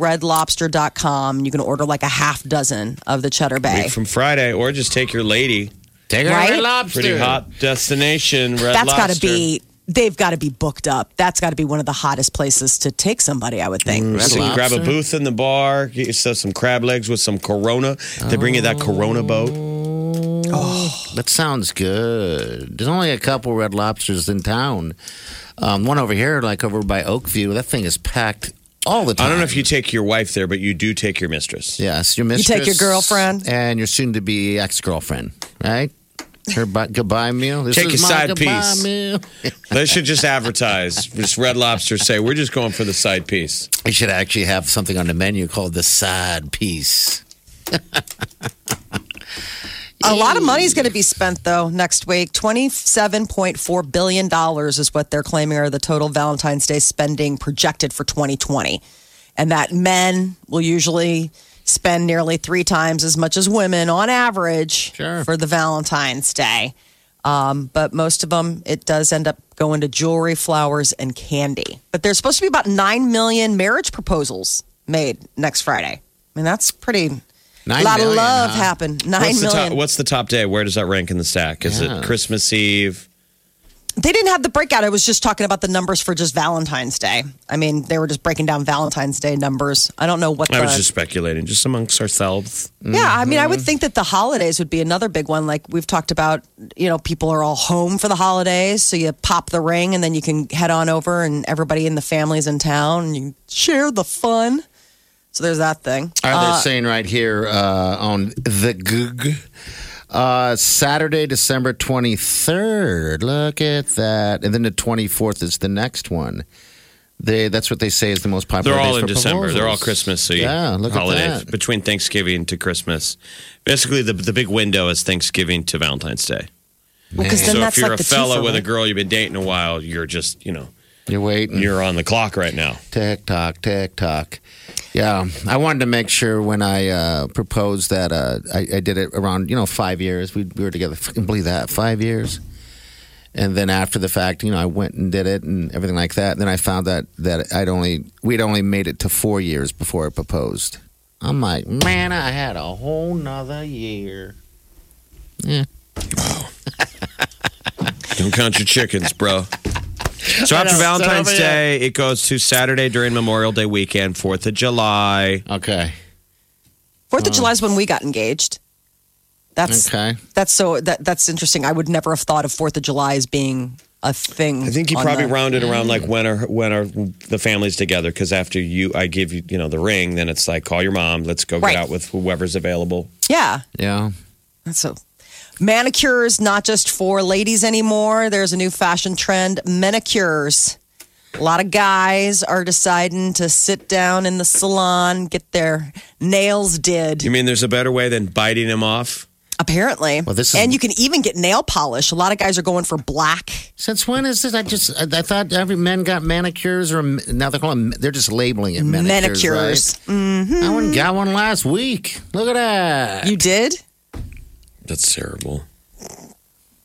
Speaker 3: redlobster.com. You can order like a half dozen of the cheddar bay.
Speaker 4: Week from Friday, or just take your lady.
Speaker 5: Take a
Speaker 3: Right?
Speaker 5: red lobster.
Speaker 4: Pretty hot destination. Red
Speaker 3: That's got to
Speaker 4: Lobster.
Speaker 3: be. They've got to be booked up. That's got to be one of the hottest places to take somebody, I would think.
Speaker 4: So you can grab a
Speaker 5: Lobster?
Speaker 4: booth in the bar, get yourself some crab legs with some Corona. They bring you that Corona boat.
Speaker 5: Oh, That sounds good. There's only a couple red lobsters in town. Um, one over here, like over by Oakview. That thing is packed all the time.
Speaker 4: I don't know if you take your wife there, but you do take your mistress.
Speaker 5: Yes, your mistress.
Speaker 3: take your girlfriend?
Speaker 5: and your soon-to-be ex-girlfriend, right? Her bu- goodbye meal. This
Speaker 4: Take
Speaker 5: is
Speaker 4: your
Speaker 5: my
Speaker 4: side
Speaker 5: goodbye
Speaker 4: piece.
Speaker 5: Meal.
Speaker 4: They should just advertise. Just Red Lobster say we're just going for the side piece.
Speaker 5: We should actually have something on the menu called the side piece.
Speaker 3: A lot of money is going to be spent though next week. Twenty-seven point four billion dollars is what they're claiming are the total Valentine's Day spending projected for 2020, and that men will usually spend nearly three times as much as women on average
Speaker 5: Sure.
Speaker 3: for the Valentine's Day. Um, but most of them, it does end up going to jewelry, flowers, and candy. But there's supposed to be about 9 million marriage proposals made next Friday. I mean, that's pretty.
Speaker 4: Nine
Speaker 3: a lot of
Speaker 4: million,
Speaker 3: love
Speaker 4: huh?
Speaker 3: happened. Nine million.
Speaker 4: what's, the top, what's the top day? Where does that rank in the stack? Is
Speaker 3: Yeah.
Speaker 4: it Christmas Eve?
Speaker 3: They didn't have the breakout. I was just talking about the numbers for just Valentine's Day. I mean, they were just breaking down Valentine's Day numbers. I don't know what the.
Speaker 4: I was just mm-hmm. speculating, just amongst ourselves.
Speaker 3: Yeah, I mean, I would think that the holidays would be another big one. Like we've talked about, you know, people are all home for the holidays, so you pop the ring and then you can head on over, and everybody in the family's in town, and you share the fun. So there's that thing.
Speaker 5: Are
Speaker 3: Uh,
Speaker 5: they saying right here uh, on the Goog? Uh, Saturday, December 23rd. Look at that. And then the 24th is the next one. They That's what they say is the most popular.
Speaker 4: They're all
Speaker 5: days
Speaker 4: in
Speaker 5: for
Speaker 4: December. They're all
Speaker 5: proposals.
Speaker 4: Christmas. So
Speaker 5: yeah, look
Speaker 4: holidays
Speaker 5: at that.
Speaker 4: between Thanksgiving to Christmas. Basically, the the big window is Thanksgiving to Valentine's Day.
Speaker 3: Well, 'cause then
Speaker 4: so
Speaker 3: that's
Speaker 4: if you're
Speaker 3: like
Speaker 4: a
Speaker 3: the
Speaker 4: fella
Speaker 3: twofer,
Speaker 4: with a
Speaker 3: right?
Speaker 4: girl you've been dating a while, you're just you know
Speaker 5: you're waiting.
Speaker 4: You're on the clock right now.
Speaker 5: Tick tock, tick tock. Yeah, I wanted to make sure when I uh, proposed that uh, I, I did it around you know five years. We, we were together. I can believe that five years. And then after the fact, you know, I went and did it and everything like that. And then I found that that I'd only we'd only made it to four years before I proposed. I'm like, man, I had a whole nother year. Yeah.
Speaker 4: Don't count your chickens, bro. So
Speaker 5: I
Speaker 4: after
Speaker 5: know,
Speaker 4: Valentine's
Speaker 5: so, yeah.
Speaker 4: Day, it goes to Saturday during Memorial Day weekend, Fourth of July.
Speaker 5: Okay.
Speaker 3: Fourth of July is when we got engaged. That's
Speaker 5: okay.
Speaker 3: That's so that that's interesting. I would never have thought of Fourth of July as being a thing.
Speaker 4: I think you probably rounded around like when are when are the families together? Because after you, I give you you know the ring, then it's like call your mom. Let's go
Speaker 3: Right.
Speaker 4: get out with whoever's available.
Speaker 3: Yeah,
Speaker 5: Yeah.
Speaker 3: that's a manicures not just for ladies anymore. There's a new fashion trend: manicures. A lot of guys are deciding to sit down in the salon, get their nails did.
Speaker 4: You mean there's a better way than biting them off?
Speaker 3: Apparently, well,
Speaker 5: this is-
Speaker 3: and you can even get nail polish. A lot of guys are going for black.
Speaker 5: Since when is this? I just I, I thought every men got manicures, or now they're calling they're just labeling it manicures.
Speaker 3: Manicures.
Speaker 5: Right? I went and got one last week. Look at that.
Speaker 3: Mm, You did?
Speaker 4: That's terrible.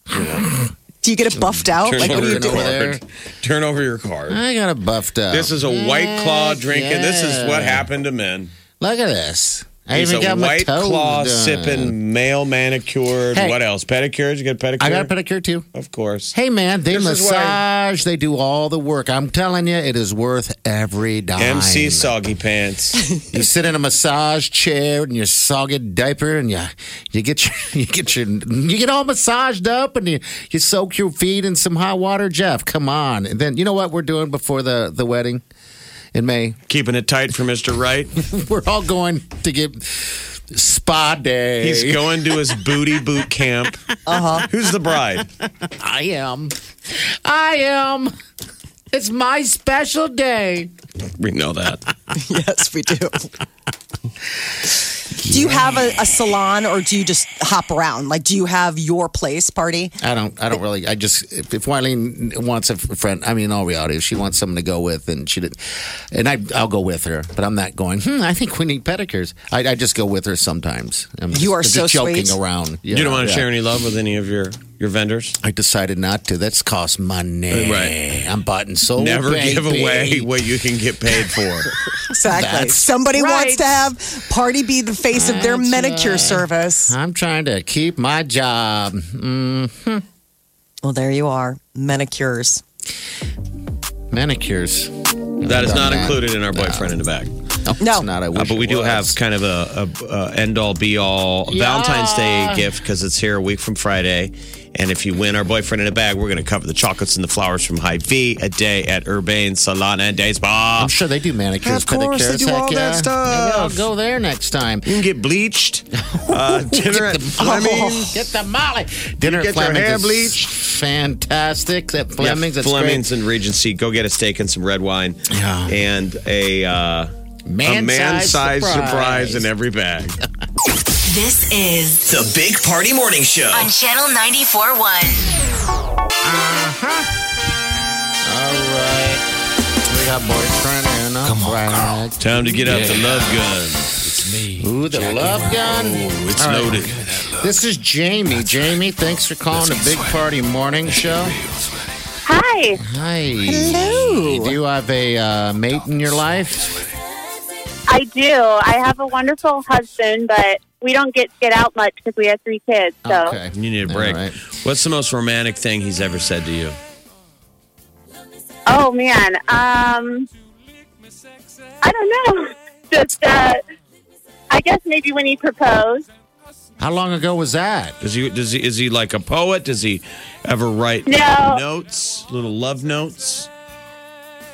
Speaker 3: Do you get it buffed out?
Speaker 4: Turn
Speaker 3: Oh, Like what
Speaker 4: over
Speaker 3: do you
Speaker 4: your
Speaker 3: do?
Speaker 4: card. Turn over your card.
Speaker 5: I got it buffed up.
Speaker 4: This is a white claw drinking. This is what
Speaker 5: yeah.
Speaker 4: happened to men.
Speaker 5: Look at this. I
Speaker 4: He's
Speaker 5: even
Speaker 4: a
Speaker 5: got my
Speaker 4: white
Speaker 5: toes
Speaker 4: claw
Speaker 5: done.
Speaker 4: sipping, male manicured.
Speaker 5: Hey.
Speaker 4: What else? Pedicures? You got pedicure?
Speaker 5: I got a pedicure too.
Speaker 4: Of course.
Speaker 5: Hey man, they
Speaker 4: This is why-
Speaker 5: massage. They do all the work. I'm telling you, it is worth every dime.
Speaker 4: MC Soggy Pants.
Speaker 5: You sit in a massage chair in your soggy diaper, and you you get your you get your you get all massaged up, and you you soak your feet in some hot water. Jeff, come on! And then you know what we're doing before the the wedding in May?
Speaker 4: Keeping it tight for Mr. Wright.
Speaker 5: We're all going to get spa day.
Speaker 4: He's going to his booty boot camp.
Speaker 5: Uh-huh.
Speaker 4: Uh huh. Who's the bride?
Speaker 5: I am. I am. It's my special day.
Speaker 4: We know that.
Speaker 3: Yes, we do. Do you have a, a salon or do you just hop around? Like, do you have your place party?
Speaker 5: I don't. I don't really. I just if, if Wileen wants a f- friend. I mean, in all reality, if she wants someone to go with, and she did, and I, I'll go with her. But I'm not going. Hmm, I think we need pedicures. I, I just go with her sometimes. I'm
Speaker 3: You are
Speaker 5: just,
Speaker 3: so
Speaker 5: I'm just joking
Speaker 3: sweet.
Speaker 5: around.
Speaker 4: you don't want to
Speaker 5: yeah.
Speaker 4: share any love with any of your, your vendors?
Speaker 5: I decided not to. That's cost money.
Speaker 4: Right.
Speaker 5: I'm buying so
Speaker 4: Never give
Speaker 5: baby.
Speaker 4: away what you can get paid for.
Speaker 3: Exactly.
Speaker 5: That's
Speaker 3: Somebody wants
Speaker 5: right.
Speaker 3: to have party be the face of their
Speaker 5: That's
Speaker 3: manicure
Speaker 5: right.
Speaker 3: service.
Speaker 5: I'm trying to keep my job. Mm,
Speaker 3: Well, there you are, manicures.
Speaker 5: Manicures.
Speaker 4: That is not
Speaker 5: Done that.
Speaker 4: included in our boyfriend in the back.
Speaker 3: No.
Speaker 5: it's not. I
Speaker 4: Uh,
Speaker 5: wish
Speaker 4: but we
Speaker 5: it
Speaker 4: do
Speaker 5: was.
Speaker 4: have kind of a, a, a end all be all
Speaker 5: Yeah.
Speaker 4: Valentine's Day gift because it's here a week from Friday. And if you win our boyfriend in a bag, we're going to cover the chocolates and the flowers from High V a day at Urbane Salon and Day Spa.
Speaker 5: I'm sure they do manicures,
Speaker 4: Of course, they
Speaker 5: pedicures.
Speaker 4: do
Speaker 5: heck
Speaker 4: all that
Speaker 5: yeah. Maybe I'll
Speaker 4: stuff.
Speaker 5: go there next time.
Speaker 4: You can get bleached. Uh, dinner at Fleming's.
Speaker 5: Get the molly. Dinner
Speaker 4: You
Speaker 5: at
Speaker 4: get your
Speaker 5: Fleming's
Speaker 4: hair
Speaker 5: is
Speaker 4: bleached.
Speaker 5: Fantastic. That Fleming's.
Speaker 4: yeah,
Speaker 5: that's
Speaker 4: Fleming's and Regency. Go get a steak and some red wine.
Speaker 5: Yeah.
Speaker 4: And a. Uh, a
Speaker 5: Man-sized
Speaker 4: man-sized surprise.
Speaker 5: surprise.
Speaker 4: in every bag.
Speaker 2: This is
Speaker 1: The Big Party Morning Show.
Speaker 2: on Channel 94.1.
Speaker 5: Great. All right. We got boyfriend and a Come on,
Speaker 4: Time to get out the love gun.
Speaker 5: Ooh, the love gun.
Speaker 4: Oh, It's
Speaker 5: All right.
Speaker 4: loaded.
Speaker 5: This is Jamie. Jamie, thanks for calling the Big Party Morning Show.
Speaker 12: Hi.
Speaker 5: Hi. Hello. Do you have a uh, mate in your life?
Speaker 12: I do. I have a wonderful husband, but we don't get to get out much because we have three kids. So
Speaker 4: You need a break. What's the most romantic thing he's ever said to you?
Speaker 12: Oh man, um, I don't know. Just uh, I guess maybe when he proposed.
Speaker 5: How long ago was that?
Speaker 4: Does he, does he, is he like a poet? Does he ever write
Speaker 12: No.
Speaker 4: notes, little love notes?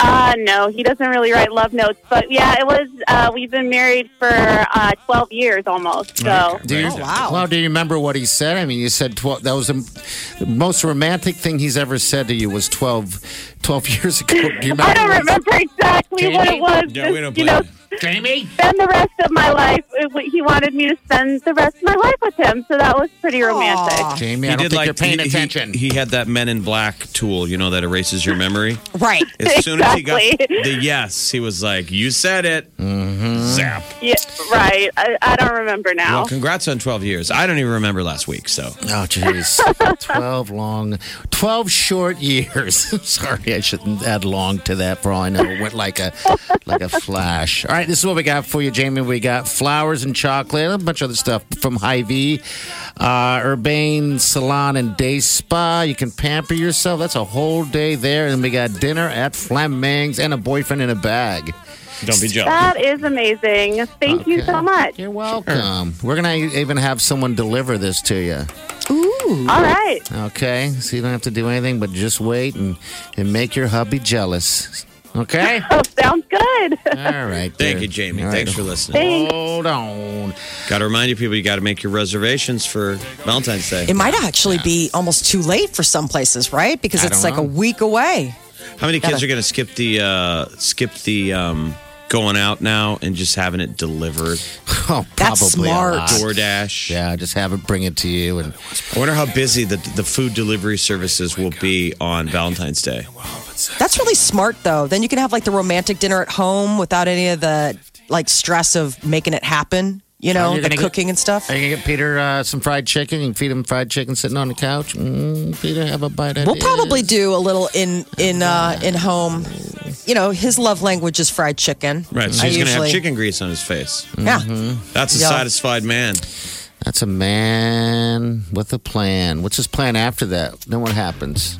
Speaker 12: Uh, no, he doesn't really write love notes, but yeah, it was. Uh, we've been married for uh, twelve years almost. So
Speaker 5: Do you, wow. Well, do you remember what he said? I mean, you said 12. That was the, the most romantic thing he's ever said to you was 12, 12 years ago. Do you remember?
Speaker 12: I don't remember exactly what it was.
Speaker 5: Yeah, we don't
Speaker 12: Just, you
Speaker 5: blame
Speaker 12: know,
Speaker 5: Jamie?
Speaker 12: spend the rest of my life. it w- He wanted me to spend the rest of my life with him, so that was pretty romantic.
Speaker 5: Jamie, I don't think you're paying
Speaker 4: attention. He, had that Men in Black tool, you know, that erases your memory.
Speaker 3: Right.
Speaker 4: As soon as he got
Speaker 12: Exactly.
Speaker 4: the yes, he was like, "You said it." Zap.
Speaker 12: Yeah, right. I, I don't remember now.
Speaker 4: Well, congrats on 12 years. I don't even remember last week, so.
Speaker 5: Oh, jeez. 12 long, 12 short years. Sorry, I shouldn't add long to that for all I know. It went like a, like a flash. All right, this is what we got for you, Jamie. We got flowers and chocolate, a bunch of other stuff from Hy-Vee, uh, Urbane Salon and Day Spa. You can pamper yourself. That's a whole day there. And we got dinner at Fleming's and a boyfriend in a bag.
Speaker 4: Don't be
Speaker 12: That is amazing. Thank you so much.
Speaker 5: You're welcome. Um, we're going to even have someone deliver this to you.
Speaker 12: All right.
Speaker 5: Okay, so you don't have to do anything but just wait and, and make your hubby jealous. Okay?
Speaker 12: Oh, Sounds good.
Speaker 5: All right.
Speaker 4: Thank you, Jamie. Thanks for listening.
Speaker 12: Thanks.
Speaker 5: Hold on.
Speaker 4: Got to remind you people, you got to make your reservations for Valentine's Day.
Speaker 3: It might actually be almost too late for some places, right? Because
Speaker 4: I
Speaker 3: it's
Speaker 4: don't
Speaker 3: like
Speaker 4: know.
Speaker 3: a week away.
Speaker 4: How many kids
Speaker 3: Gotta-
Speaker 4: are going to skip the uh, skip the um, going out now and just having it delivered?
Speaker 5: Oh,
Speaker 4: That's
Speaker 5: probably a
Speaker 4: smart.
Speaker 5: lot.
Speaker 4: DoorDash.
Speaker 5: Yeah, just have it bring it to you. And
Speaker 4: I wonder how busy the the food delivery services will be on Valentine's Day.
Speaker 3: That's really smart, though. Then you can have like the romantic dinner at home without any of the like stress of making it happen. You know,
Speaker 5: Are you
Speaker 3: the
Speaker 5: gonna get-
Speaker 3: cooking and stuff.
Speaker 5: Are you gonna get Peter uh, some fried chicken? You can feed him fried chicken sitting on the couch. Mm, Peter, have a bite. of
Speaker 3: We'll
Speaker 5: it.
Speaker 3: probably do a little in in uh, in home. You know, his love language is fried chicken.
Speaker 4: Right, so
Speaker 3: I
Speaker 4: he's going to have
Speaker 3: usually-
Speaker 4: chicken grease on his face.
Speaker 3: Yeah.
Speaker 5: Mm-hmm.
Speaker 4: That's a
Speaker 3: Yeah.
Speaker 4: satisfied man.
Speaker 5: That's a man with a plan. What's his plan after that? Then what happens?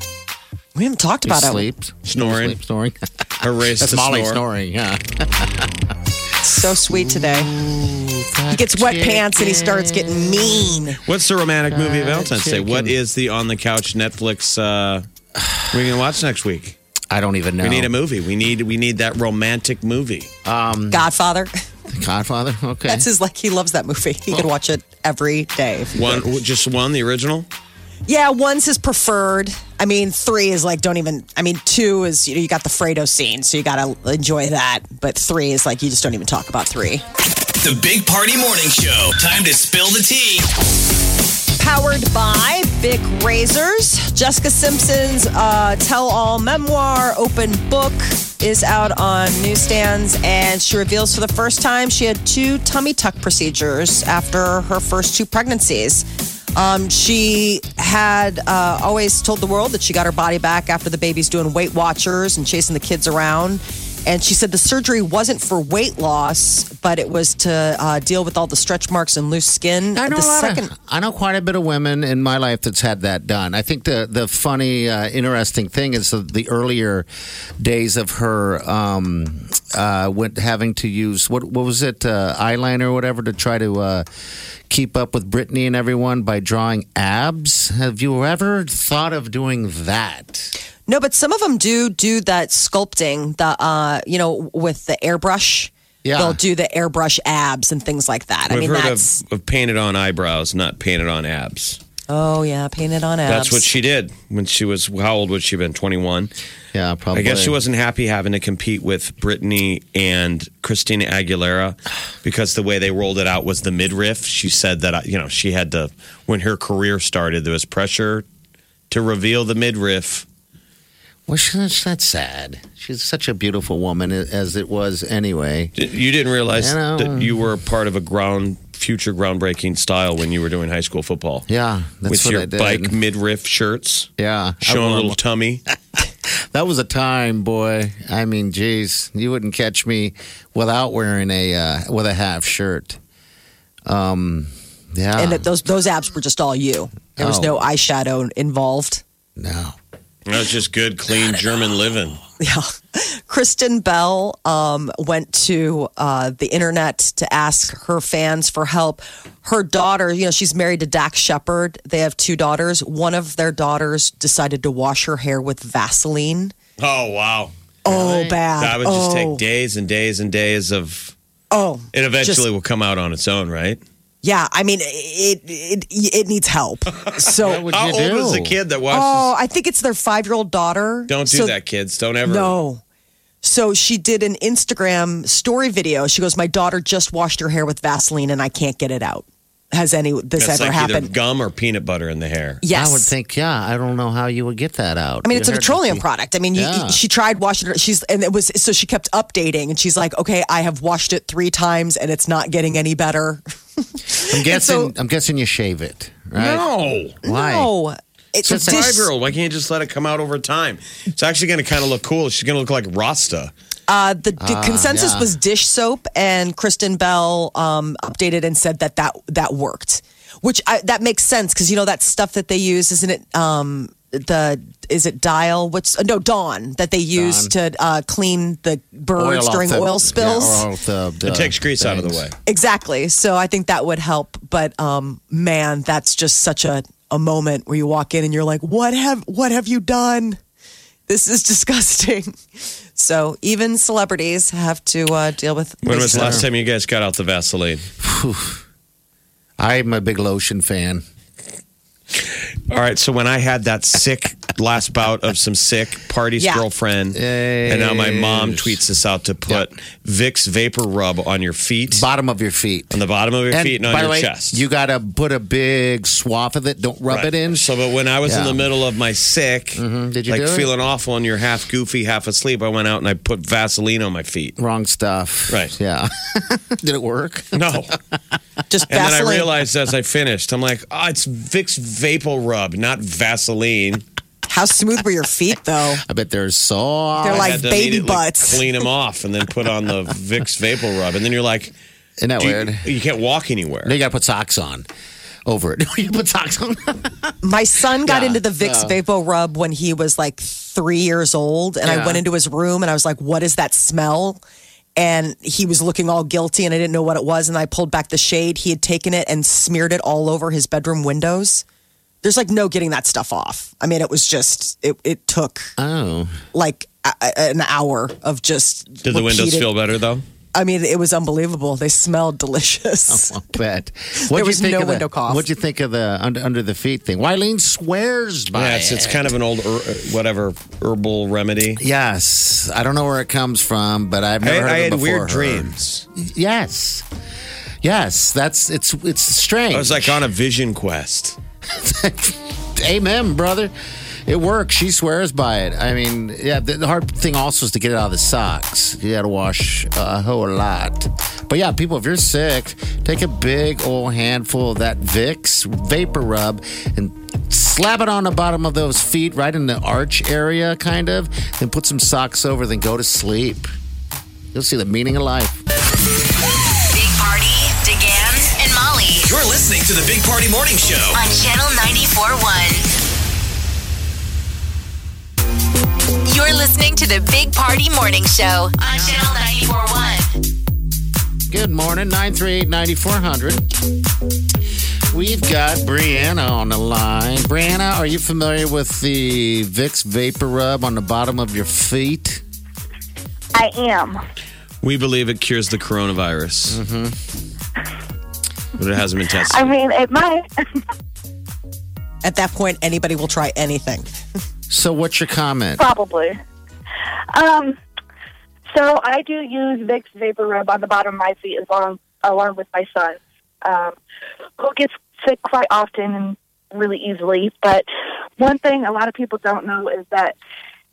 Speaker 3: We haven't talked
Speaker 5: He
Speaker 3: about
Speaker 5: sleeps.
Speaker 4: Snoring.
Speaker 5: Sleep, snoring.
Speaker 4: Erase
Speaker 5: That's
Speaker 4: the
Speaker 5: Molly
Speaker 4: snore.
Speaker 5: snoring. Yeah.
Speaker 3: it. So sweet today. He gets wet pants and he starts getting mean.
Speaker 4: What's the romantic movie of Valentine's Day? What is the on the couch Netflix uh, we're going to watch next week?
Speaker 5: I don't even know.
Speaker 4: We need a movie. We need we need that romantic movie.
Speaker 5: Um,
Speaker 3: Godfather.
Speaker 5: Godfather. Okay.
Speaker 3: That's his like. He loves that movie. He
Speaker 5: Oh.
Speaker 3: could watch it every day. if he
Speaker 4: One, just one, the original.
Speaker 3: Yeah, one's his preferred. I mean, three is like don't even. I mean, two is you know you got the Fredo scene, so you gotta enjoy that. But three is like you just don't even talk about three.
Speaker 1: The Big Party Morning Show. Time to spill the tea.
Speaker 3: Powered by Bic Razors, Jessica Simpson's uh, tell-all memoir, Open Book, is out on newsstands, and she reveals for the first time she had two tummy tuck procedures after her first two pregnancies. Um, she had uh, always told the world that she got her body back after the baby's doing Weight Watchers and chasing the kids around. And she said the surgery wasn't for weight loss, but it was to uh, deal with all the stretch marks and loose skin.
Speaker 5: I know
Speaker 3: the
Speaker 5: a lot of-
Speaker 3: second,
Speaker 5: I know quite a bit of women in my life that's had that done. I think the the funny, uh, interesting thing is the, the earlier days of her um, uh, went having to use what what was it uh, eyeliner or whatever to try to uh, keep up with Britney and everyone by drawing abs. Have you ever thought of doing that?
Speaker 3: No, but some of them do do that sculpting, the uh, you know, with the airbrush.
Speaker 5: Yeah.
Speaker 3: They'll do the airbrush abs and things like that. I
Speaker 4: We've
Speaker 3: mean,
Speaker 4: heard
Speaker 3: that's
Speaker 4: of, of painted on eyebrows, not painted on abs.
Speaker 3: oh yeah, painted on abs.
Speaker 4: That's what she did when she was. How old would she have been? Twenty one.
Speaker 5: Yeah, probably.
Speaker 4: I guess she wasn't happy having to compete with Britney and Christina Aguilera because the way they rolled it out was the midriff. She said that uh, you know she had to when her career started. There was pressure to reveal the midriff.
Speaker 5: Well, she's not sad. She's such a beautiful woman as it was anyway.
Speaker 4: You didn't realize
Speaker 5: I know.
Speaker 4: that you were part of a ground future groundbreaking style when you were doing high school football.
Speaker 5: Yeah, that's
Speaker 4: with
Speaker 5: what
Speaker 4: your
Speaker 5: I did.
Speaker 4: bike midriff shirts.
Speaker 5: Yeah,
Speaker 4: showing a
Speaker 5: wore
Speaker 4: little
Speaker 5: one.
Speaker 4: tummy.
Speaker 5: That was a time, boy. I mean, geez, you wouldn't catch me without wearing a uh, with a half shirt. Um, yeah,
Speaker 3: And that those those abs were just all you. There was
Speaker 5: Oh.
Speaker 3: no eyeshadow involved.
Speaker 4: That was just good, clean German living.
Speaker 3: Yeah. Kristen Bell um, went to uh, the internet to ask her fans for help. Her daughter, you know, she's married to Dax Shepard. They have two daughters. One of their daughters decided to wash her hair with Vaseline.
Speaker 4: Oh wow!
Speaker 3: Oh, bad.
Speaker 4: I would just
Speaker 3: oh.
Speaker 4: take days and days and days of.
Speaker 3: Oh,
Speaker 4: It eventually
Speaker 3: just-
Speaker 4: will come out on its own, right?
Speaker 3: Yeah, I mean, it it, it needs help. So
Speaker 4: How old is the kid that watches?
Speaker 3: Oh, I think it's their five year old daughter.
Speaker 4: Don't do
Speaker 3: So-
Speaker 4: that, kids. Don't ever.
Speaker 3: No. So she did an Instagram story video. She goes, "My daughter just washed her hair with Vaseline, and I can't get it out. Has any this
Speaker 4: That's
Speaker 3: ever
Speaker 4: like either
Speaker 3: happened?"
Speaker 4: gum or peanut butter in the hair.
Speaker 3: Yes.
Speaker 5: I would think. Yeah, I don't know how you would get that out.
Speaker 3: I mean, it's a
Speaker 5: Your hair just
Speaker 3: petroleum
Speaker 5: be-
Speaker 3: product. I mean, you,
Speaker 5: Yeah.
Speaker 3: she tried washing it. She's and it was so she kept updating, and she's like, "Okay, I have washed it three times, and it's not getting any better."
Speaker 5: I'm guessing. I'm guessing you shave it, right?
Speaker 4: No.
Speaker 5: Why?
Speaker 3: No, it's
Speaker 4: It's a
Speaker 3: dis-
Speaker 4: five year old. Why can't you just let it come out over time? It's actually going to kind of look cool. She's going to look like Rasta.
Speaker 3: Uh, the, the
Speaker 4: Ah,
Speaker 3: consensus
Speaker 4: yeah.
Speaker 3: was dish soap, and Kristen Bell um, updated and said that that that worked, which I, that makes sense because you know that stuff that they use, isn't it? Um, the is it Dial? What's no Dawn that they use to uh, clean the birds
Speaker 5: off
Speaker 3: during
Speaker 5: the-
Speaker 3: oil spills?
Speaker 5: yeah, oil off the- the
Speaker 4: It takes grease out of the way.
Speaker 3: Exactly. So I think that would help. But um, man, that's just such a, a moment where you walk in and you're like, what have what have you done? This is disgusting. So even celebrities have to uh, deal with.
Speaker 4: When was the last
Speaker 3: this.
Speaker 4: time you guys got out the Vaseline?
Speaker 5: I'm a big lotion fan.
Speaker 4: All right, so when I had that sick last bout of some sick party's
Speaker 5: Yeah.
Speaker 4: girlfriend, and now my mom tweets this out to put Vicks vapor rub on your feet,
Speaker 5: bottom of your feet,
Speaker 4: on the bottom of your
Speaker 5: And
Speaker 4: feet, and
Speaker 5: by
Speaker 4: on
Speaker 5: the
Speaker 4: your
Speaker 5: way,
Speaker 4: chest.
Speaker 5: you gotta put a big swath of it. Don't rub
Speaker 4: Right.
Speaker 5: it in.
Speaker 4: So, but when I was in
Speaker 5: Yeah. Mm-hmm.
Speaker 4: the middle of my sick,
Speaker 5: Did you
Speaker 4: like
Speaker 5: do it?
Speaker 4: feeling awful, and you're half goofy, half asleep, I went out and I put Vaseline on my feet.
Speaker 5: Wrong stuff.
Speaker 4: Right.
Speaker 5: Yeah. Did it work?
Speaker 4: No.
Speaker 3: Just
Speaker 4: And then I
Speaker 3: Vaseline.
Speaker 4: realized as I finished, I'm like, oh, it's Vicks Vapor Rub, not Vaseline.
Speaker 3: How smooth were your feet, though?
Speaker 5: I bet they're soft.
Speaker 3: They're
Speaker 4: I
Speaker 3: like
Speaker 4: had to
Speaker 3: baby
Speaker 4: immediately
Speaker 3: butts.
Speaker 4: Clean them off and then put on the Vicks Vapor Rub, and then you're like,
Speaker 5: Isn't that
Speaker 4: "Do you-
Speaker 5: weird?
Speaker 4: You, can't walk anywhere.
Speaker 5: They gotta put socks on over it. you put socks on.
Speaker 3: My son got
Speaker 5: Yeah,
Speaker 3: into the Vicks
Speaker 5: uh,
Speaker 3: Vapor Rub when he was like three years old, and I
Speaker 5: Yeah.
Speaker 3: went into his room and I was like, "What is that smell?" And he was looking all guilty, and I didn't know what it was. And I pulled back the shade. He had taken it and smeared it all over his bedroom windows. There's like no getting that stuff off. I mean, it was just it. It took
Speaker 5: oh,
Speaker 3: like a, a- an hour of just.
Speaker 4: Did the windows
Speaker 3: repeated-
Speaker 4: feel better though?
Speaker 3: I mean, it was unbelievable. They smelled delicious.
Speaker 4: Oh.
Speaker 5: I'll bet. What
Speaker 3: was no
Speaker 5: of the,
Speaker 3: window cough.
Speaker 5: What'd you think of the under, under the feet thing? Wileen swears by
Speaker 4: Yeah, it's,
Speaker 5: it.
Speaker 4: it's kind of an old er, whatever herbal remedy.
Speaker 5: Yes, I don't know where it comes from, but I've
Speaker 4: I,
Speaker 5: never heard
Speaker 4: I
Speaker 5: of it
Speaker 4: had
Speaker 5: before.
Speaker 4: weird
Speaker 5: her.
Speaker 4: dreams.
Speaker 5: Yes, yes, that's it's it's strange.
Speaker 4: I was like on a vision quest.
Speaker 5: Amen, brother. It works. She swears by it. I mean, yeah. The, the hard thing also is to get it out of the socks. You got to wash a whole lot. But yeah, people, if you're sick, take a big old handful of that Vicks vapor rub and slap it on the bottom of those feet, right in the arch area, kind of. Then put some socks over. Then go to sleep. You'll see the meaning of life.
Speaker 2: Big Party, DeGan, and Molly
Speaker 1: You're listening to the Big Party Morning Show.
Speaker 2: on Channel 94.1. You're listening to the Big Party Morning Show on Channel 94.1.
Speaker 5: Good morning, 938-9400. We've got Brianna on the line. Brianna, are you familiar with the Vicks Vapor Rub on the bottom of your feet?
Speaker 13: I am.
Speaker 4: We believe it cures the coronavirus, mm-hmm.
Speaker 5: Mm-hmm.
Speaker 4: but it hasn't been tested.
Speaker 13: I mean, it might.
Speaker 3: At that point, anybody will try anything.
Speaker 5: So what's your comment?
Speaker 13: Probably. Um, so I do use Vicks Vapor Rub on the bottom of my feet along along with my son, um, who gets sick quite often and really easily. But one thing a lot of people don't know is that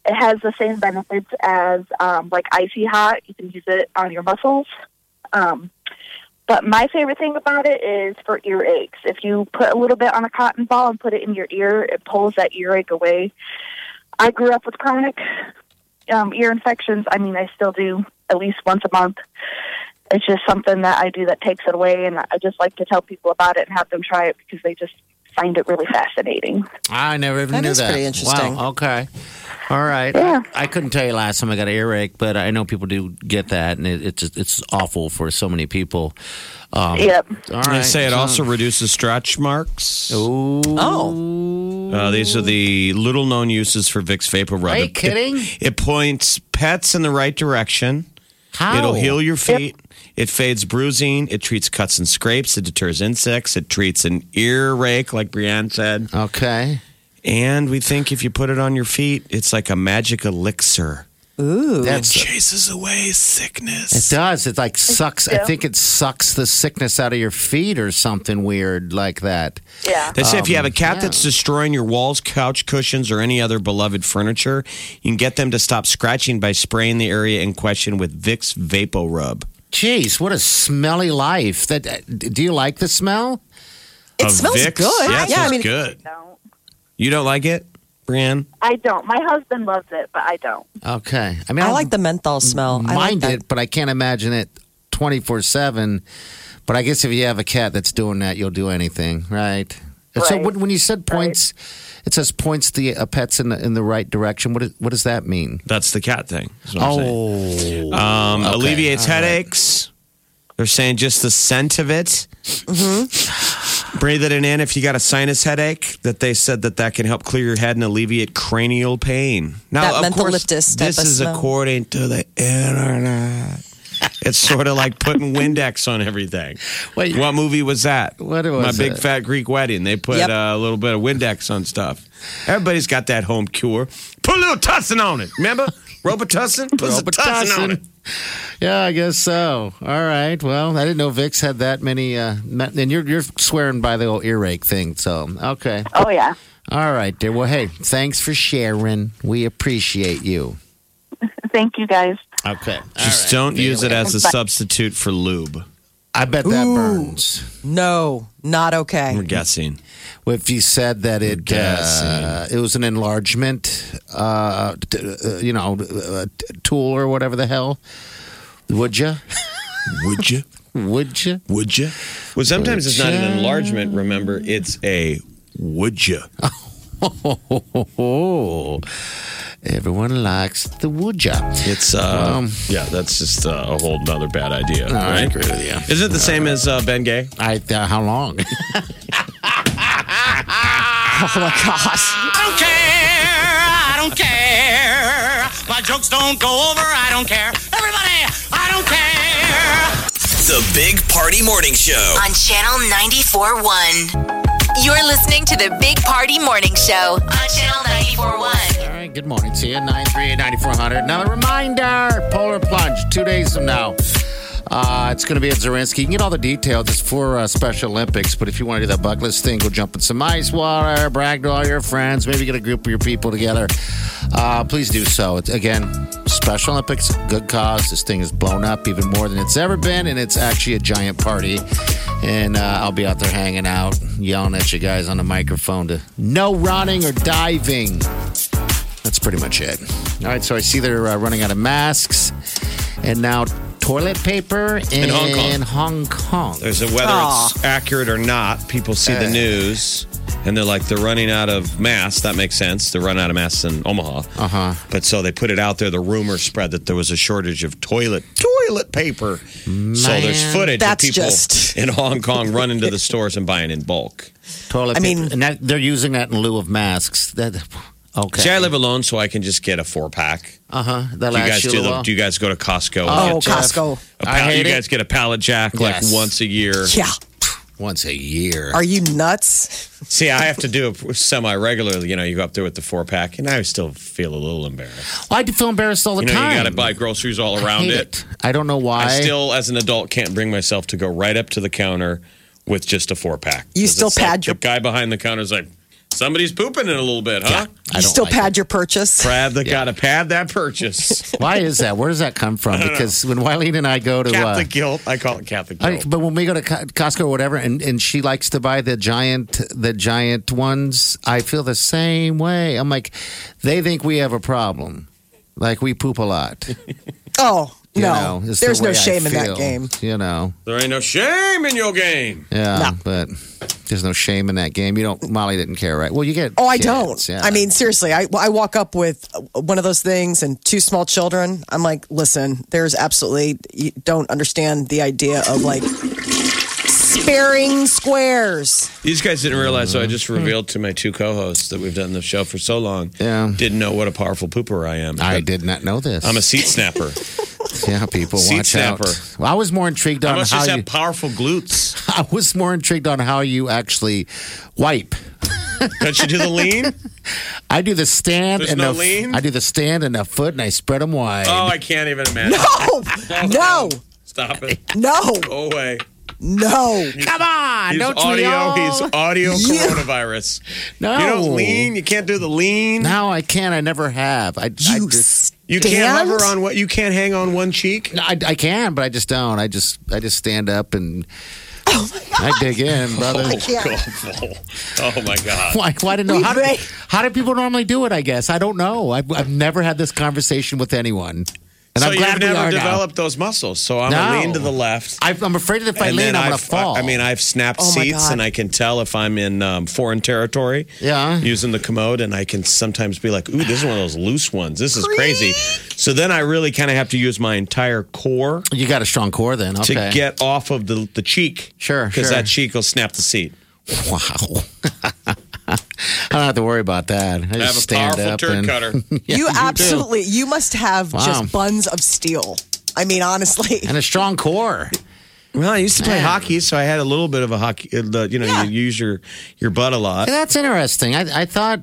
Speaker 13: it has the same benefits as um, like icy hot. You can use it on your muscles. Um, But my favorite thing about it is for earaches. If you put a little bit on a cotton ball and put it in your ear, it pulls that earache away. I grew up with chronic um, ear infections. I mean, I still do at least once a month. It's just something that I do that takes it away, and I just like to tell people about it and have them try it because they just find it really fascinating.
Speaker 5: I never even
Speaker 13: That
Speaker 5: knew
Speaker 13: is
Speaker 5: that.
Speaker 13: pretty interesting.
Speaker 5: Wow. Okay. All right. I, I couldn't tell you last time I got an earache, but I know people do get that, and it, it's it's awful for so many people. Um, All right.
Speaker 4: And They say it
Speaker 5: So-
Speaker 4: also reduces stretch marks.
Speaker 5: Oh.
Speaker 4: Uh, these are the little known uses for Vicks Vapor Rub.
Speaker 5: Are you
Speaker 4: It-
Speaker 5: kidding?
Speaker 4: It, it points pets in the right direction.
Speaker 5: How?
Speaker 4: It'll heal your feet. It fades bruising. It treats cuts and scrapes. It deters insects. It treats an ear rake, like Brianne said.
Speaker 5: Okay.
Speaker 4: And we think if you put it on your feet, it's like a magic elixir.
Speaker 3: Ooh.
Speaker 4: It chases away sickness.
Speaker 5: It does. It like sucks. I
Speaker 4: Yeah.
Speaker 5: think it sucks the sickness out of your feet or something weird like that.
Speaker 13: Yeah.
Speaker 4: They say if you have a cat
Speaker 5: yeah.
Speaker 4: that's destroying your walls, couch cushions, or any other beloved furniture, you can get them to stop scratching by spraying the area in question with Vicks Vapo Rub.
Speaker 5: Jeez, what a smelly life. That uh, do you like the smell?
Speaker 4: It Of smells Vicks? good. Yeah, it Yeah, I smells mean- good. You don't like it, Brianne?
Speaker 13: I don't. My husband loves it, but I don't.
Speaker 5: Okay. I mean, I, like
Speaker 3: the menthol smell.
Speaker 5: Mind it, but I can't imagine it twenty four seven. But I guess if you have a cat that's doing that, you'll do anything, right? And So
Speaker 13: Right.
Speaker 5: when, when you said points, it says points the uh, pets in the in the right direction. What is, what does that mean?
Speaker 4: That's the cat thing. is what I'm
Speaker 5: Oh,
Speaker 4: Um,
Speaker 5: Okay,
Speaker 4: Alleviates
Speaker 5: all right.
Speaker 4: headaches. They're saying just the scent of it. Breathe it in if you got a sinus headache. That they said that that can help clear your head and alleviate cranial pain. Now,
Speaker 3: That
Speaker 4: of course,
Speaker 3: mentholyptus type
Speaker 4: this
Speaker 3: of
Speaker 4: is
Speaker 3: smell.
Speaker 4: according to the internet. It's sort of like putting Windex on everything. what movie was that?
Speaker 5: What
Speaker 4: My
Speaker 5: was
Speaker 4: Big
Speaker 5: it?
Speaker 4: Fat Greek Wedding. They put
Speaker 5: Yep.
Speaker 4: uh, a little bit of Windex on stuff. Everybody's got that home cure. Put a little Tussin on it. Remember? Robitussin? Put some Tussin on it.
Speaker 5: Yeah, I guess so. All right. Well, I didn't know Vix had that many. Uh, me- and you're you're swearing by the old earache thing. So okay.
Speaker 13: Oh yeah.
Speaker 5: All right, dear. Well, hey, thanks for sharing. We appreciate you.
Speaker 13: Thank you guys.
Speaker 5: Okay.
Speaker 4: Just don't use it as a substitute for lube.
Speaker 5: I bet that burns.
Speaker 3: No, not okay.
Speaker 4: We're guessing.
Speaker 5: Well, if you said that it uh,
Speaker 4: guessing.
Speaker 5: it was an enlargement, uh, t- uh, you know, uh, t- tool or whatever the hell, would you?
Speaker 4: Would you?
Speaker 5: Would you?
Speaker 4: Would you? Well, sometimes it's not an enlargement. Remember, it's a would you?
Speaker 5: Oh, Everyone likes the would you.
Speaker 4: It's uh, yeah, that's just uh, a whole nother bad idea.
Speaker 5: No, Um, I
Speaker 4: right?
Speaker 5: agree with you.
Speaker 4: Isn't it the same as uh, Ben Gay?
Speaker 5: I uh, how long?
Speaker 3: Oh my gosh.
Speaker 14: I don't care. I don't care. My jokes don't go over. I don't care. Everybody, I don't care.
Speaker 1: The Big Party Morning Show.
Speaker 2: on Channel 94.1. You're listening to the Big Party Morning Show on Channel 94.1.
Speaker 5: All right, good morning to you. 938-9400. Another reminder, Polar Plunge, two days from now. Uh, it's going to be at Zarinsky. You can get all the details. It's for uh, Special Olympics, but if you want to do that bucket list thing, go jump in some ice water, brag to all your friends, maybe get a group of your people together. Uh, please do so. It's, again, Special Olympics, good cause. This thing is blown up even more than it's ever been, and it's actually a giant party. And uh, I'll be out there hanging out, yelling at you guys on the microphone to no running or diving. That's pretty much it. All right, so I see they're uh, running out of masks and now toilet paper
Speaker 4: In
Speaker 5: in,
Speaker 4: Hong Kong.
Speaker 5: Hong Kong.
Speaker 4: There's a whether it's accurate or not. People see the
Speaker 5: Uh.
Speaker 4: news and they're like, they're running out of masks. That makes sense. They're running out of masks in Omaha.
Speaker 5: Uh huh.
Speaker 4: But so they put it out there. The rumor spread that there was a shortage of toilet toilet paper. So there's
Speaker 5: Man.
Speaker 4: footage
Speaker 5: That's
Speaker 4: of people
Speaker 5: just-
Speaker 4: in Hong Kong running to the stores and buying in bulk.
Speaker 5: Toilet
Speaker 4: I
Speaker 5: paper.
Speaker 4: mean-
Speaker 5: and that, they're using that in lieu of masks. That okay.
Speaker 4: See, I live alone, so I can just get a four pack.
Speaker 5: Uh huh.
Speaker 4: Do
Speaker 5: That
Speaker 4: you
Speaker 5: lasts
Speaker 4: guys
Speaker 5: you a
Speaker 4: do
Speaker 5: while.
Speaker 4: the, Do you guys go to Costco?
Speaker 5: Oh,
Speaker 4: and get, uh,
Speaker 5: Costco.
Speaker 4: a
Speaker 5: I
Speaker 4: pal-
Speaker 5: hate
Speaker 4: you
Speaker 5: it.
Speaker 4: guys get a pallet jack
Speaker 5: Yes.
Speaker 4: like once a year.
Speaker 3: Yeah.
Speaker 5: Once a year.
Speaker 3: Are you nuts?
Speaker 4: See, I have to do it semi regularly. You know, you go up there with the four pack, and I still feel a little embarrassed.
Speaker 5: I do feel embarrassed all the
Speaker 4: you know,
Speaker 5: time.
Speaker 4: you got to buy groceries all
Speaker 5: I
Speaker 4: around
Speaker 5: hate
Speaker 4: it.
Speaker 5: I don't know why.
Speaker 4: I still, as an adult, can't bring myself to go right up to the counter with just a four pack.
Speaker 3: You still pad
Speaker 4: your. The guy behind the counter's like, somebody's pooping in a little bit, huh?
Speaker 5: I
Speaker 3: You
Speaker 5: don't
Speaker 3: still
Speaker 5: like
Speaker 3: pad your purchase.
Speaker 4: Brad, that got to pad that purchase.
Speaker 5: Why is that? Where does that come from?
Speaker 4: I don't know.
Speaker 5: Because when Wileen and I go to
Speaker 4: Catholic
Speaker 5: uh,
Speaker 4: guilt. I call it Catholic
Speaker 5: I,
Speaker 4: guilt.
Speaker 5: but when we go to Co- Costco or whatever, and, and she likes to buy the giant, the giant ones, I feel the same way. I'm like, they think we have a problem, like we poop a lot.
Speaker 3: Oh
Speaker 5: You
Speaker 3: no,
Speaker 5: know, it's the
Speaker 3: there's no
Speaker 5: way I
Speaker 3: shame in
Speaker 5: feel,
Speaker 3: that game.
Speaker 5: You know,
Speaker 4: there ain't no shame in your game.
Speaker 5: yeah, but there's no shame in that game. You don't. Molly didn't care, right? Well, you get.
Speaker 3: Oh, I
Speaker 5: kids,
Speaker 3: don't.
Speaker 5: yeah.
Speaker 3: I mean, seriously, I, I walk up with one of those things and two small children. I'm like, listen, there's absolutely, you don't understand the idea of like sparing squares.
Speaker 4: These guys didn't realize, so I just revealed to my two co-hosts that we've done the show for so long. Yeah, didn't know what a powerful pooper I am.
Speaker 5: I did not know this.
Speaker 4: I'm a seat snapper.
Speaker 5: yeah, people
Speaker 4: Seat
Speaker 5: watch
Speaker 4: snapper.
Speaker 5: out. Well, I was more intrigued
Speaker 4: I
Speaker 5: on
Speaker 4: must
Speaker 5: how
Speaker 4: just
Speaker 5: you,
Speaker 4: have powerful glutes.
Speaker 5: I was more intrigued on how you actually wipe.
Speaker 4: Don't you do the lean?
Speaker 5: I do the stand
Speaker 4: There's
Speaker 5: and
Speaker 4: no
Speaker 5: the,
Speaker 4: lean?
Speaker 5: I do the stand and the foot and I spread them wide.
Speaker 4: Oh, I can't even imagine.
Speaker 3: No, no,
Speaker 4: Stop it.
Speaker 3: No.
Speaker 4: Go away.
Speaker 3: no.
Speaker 5: Come on,
Speaker 4: He's
Speaker 5: don't
Speaker 4: audio.
Speaker 5: we all?
Speaker 4: He's audio coronavirus.
Speaker 5: No.
Speaker 4: you don't lean. You can't do the lean.
Speaker 5: No, I can't. I never have. I I
Speaker 4: You
Speaker 5: just
Speaker 4: You can't hover on what. You can't hang on one cheek.
Speaker 5: No, I, I can, but I just don't. I just I just stand up and I dig in, brother.
Speaker 4: Oh, God. oh my god.
Speaker 5: Why? Why didn't know how do, how do people normally do it? I guess I don't know. I've, I've never had this conversation with anyone, and
Speaker 4: so
Speaker 5: I'm glad
Speaker 4: you've
Speaker 5: we
Speaker 4: never
Speaker 5: are
Speaker 4: developed those muscles. So I'm
Speaker 5: No.
Speaker 4: a lean to the left.
Speaker 5: now. I've, I'm afraid that if I
Speaker 4: And
Speaker 5: lean,
Speaker 4: then
Speaker 5: I'm gonna
Speaker 4: I've-
Speaker 5: fall.
Speaker 4: I, I mean, I've snapped
Speaker 5: Oh, my
Speaker 4: seats,
Speaker 5: God.
Speaker 4: and I can tell if I'm in um, foreign territory.
Speaker 5: Yeah.
Speaker 4: using the commode, and I can sometimes be like, "Ooh, this is one of those loose ones. This is crazy." So then I really kind of have to use my entire core
Speaker 5: you got a strong core then. Okay.
Speaker 4: to get off of the the cheek.
Speaker 5: Sure,
Speaker 4: because
Speaker 5: sure.
Speaker 4: that cheek will snap the seat.
Speaker 5: Wow. I don't have to worry about that. I just
Speaker 4: have a
Speaker 5: stand
Speaker 4: powerful
Speaker 5: up
Speaker 4: turd
Speaker 5: and-
Speaker 4: cutter.
Speaker 5: Yeah,
Speaker 3: you
Speaker 5: do.
Speaker 3: absolutely, you must have
Speaker 5: Wow.
Speaker 3: just buns of steel. I mean, honestly.
Speaker 5: and a strong core.
Speaker 4: Well, I used to play
Speaker 5: Man.
Speaker 4: hockey, so I had a little bit of a hockey. uh, The, you know, you use your your butt a lot.
Speaker 5: Yeah, that's interesting. I, I thought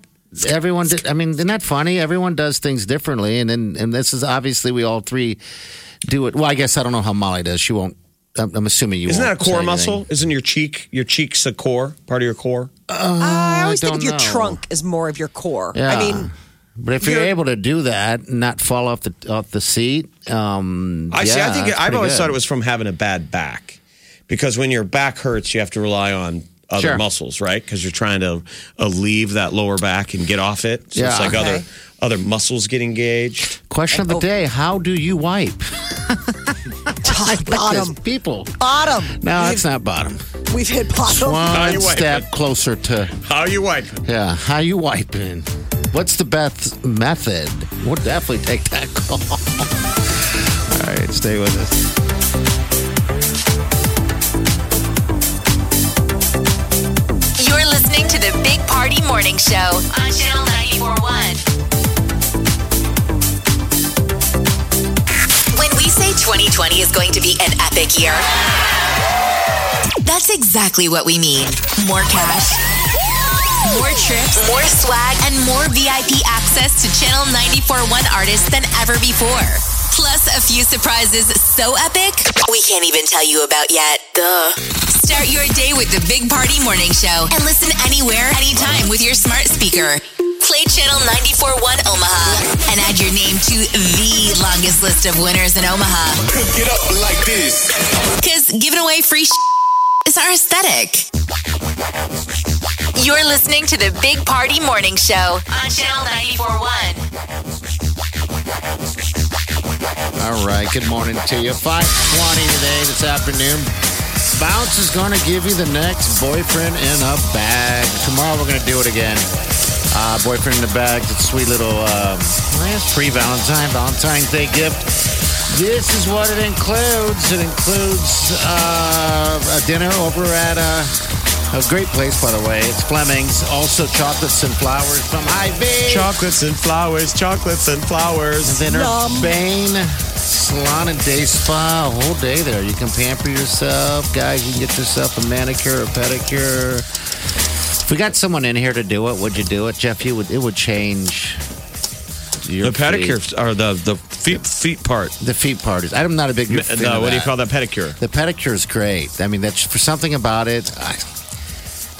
Speaker 5: everyone did. I mean, isn't that funny? Everyone does things differently, and then and this is obviously we all three do it. Well, I guess I don't know how Molly does. She won't. I'm, I'm assuming you
Speaker 4: Isn't that a
Speaker 5: won't say
Speaker 4: core
Speaker 5: anything.
Speaker 4: muscle? Isn't your cheek your cheeks a core part of your core?
Speaker 3: I always
Speaker 5: I
Speaker 3: think of your
Speaker 5: don't know.
Speaker 3: trunk is more of your core.
Speaker 5: Yeah.
Speaker 3: I mean,
Speaker 5: but if you're
Speaker 3: you're-
Speaker 5: able to do that, and not fall off the off the seat. Um,
Speaker 4: I see. I
Speaker 5: yeah,
Speaker 4: think
Speaker 5: that's
Speaker 4: I've
Speaker 5: pretty
Speaker 4: always
Speaker 5: good.
Speaker 4: thought it was from having a bad back, because when your back hurts, you have to rely on other
Speaker 5: Sure.
Speaker 4: muscles, right? Because you're trying to alleviate that lower back and get off it. So it's
Speaker 5: Yeah.
Speaker 4: like other
Speaker 5: Okay.
Speaker 4: other muscles get engaged.
Speaker 5: Question of
Speaker 3: Oh.
Speaker 5: the day: How do you wipe? I like
Speaker 3: bottom.
Speaker 5: this, people.
Speaker 3: bottom.
Speaker 5: No,
Speaker 3: We've-
Speaker 5: it's not bottom.
Speaker 3: We've hit bottom.
Speaker 4: How you
Speaker 5: One
Speaker 4: wiping?
Speaker 5: step closer to
Speaker 4: How you wiping?
Speaker 5: Yeah, how you wiping? What's the best method? We'll definitely take that call. All right, stay with us.
Speaker 2: You're listening to the Big Party Morning Show on Channel 941. When we say 2020 is going to be an epic year, that's exactly what we mean. More cash, more trips, more swag, and more VIP access to Channel 941 artists than ever before. Plus, a few surprises so epic, we can't even tell you about yet. Duh. Start your day with the Big Party Morning Show and listen anywhere, anytime with your smart speaker. Play Channel 941 Omaha and add your name to the longest list of winners in Omaha.
Speaker 14: Cook it up like this.
Speaker 2: Because giving away free sh- is our aesthetic. You're listening to the Big Party Morning Show on Channel 941.
Speaker 5: All right, good morning to you. 520 today, this afternoon. Bounce is going to give you the next boyfriend in a bag. Tomorrow we're going to do it again. Uh, boyfriend in a bag, it's a sweet little um, pre Valentine, Valentine's Day gift. This is what it includes. It includes uh, a dinner over at a, a great place, by the way. It's Fleming's. Also, chocolates and flowers from Hy-Vee.
Speaker 4: Chocolates and flowers, chocolates and flowers.
Speaker 5: Dinner, Bain Salon and Day Spa. A whole day there. You can pamper yourself. Guys, you can get yourself a manicure, a pedicure. If we got someone in here to do it, would you do it, Jeff? You would. It would change. Your
Speaker 4: the pedicure
Speaker 5: feet.
Speaker 4: or the the feet feet part.
Speaker 5: The feet part is. I'm not a big.
Speaker 4: The,
Speaker 5: fan of
Speaker 4: what do you
Speaker 5: that.
Speaker 4: call that pedicure?
Speaker 5: The pedicure is great. I mean, that's for something about it. I,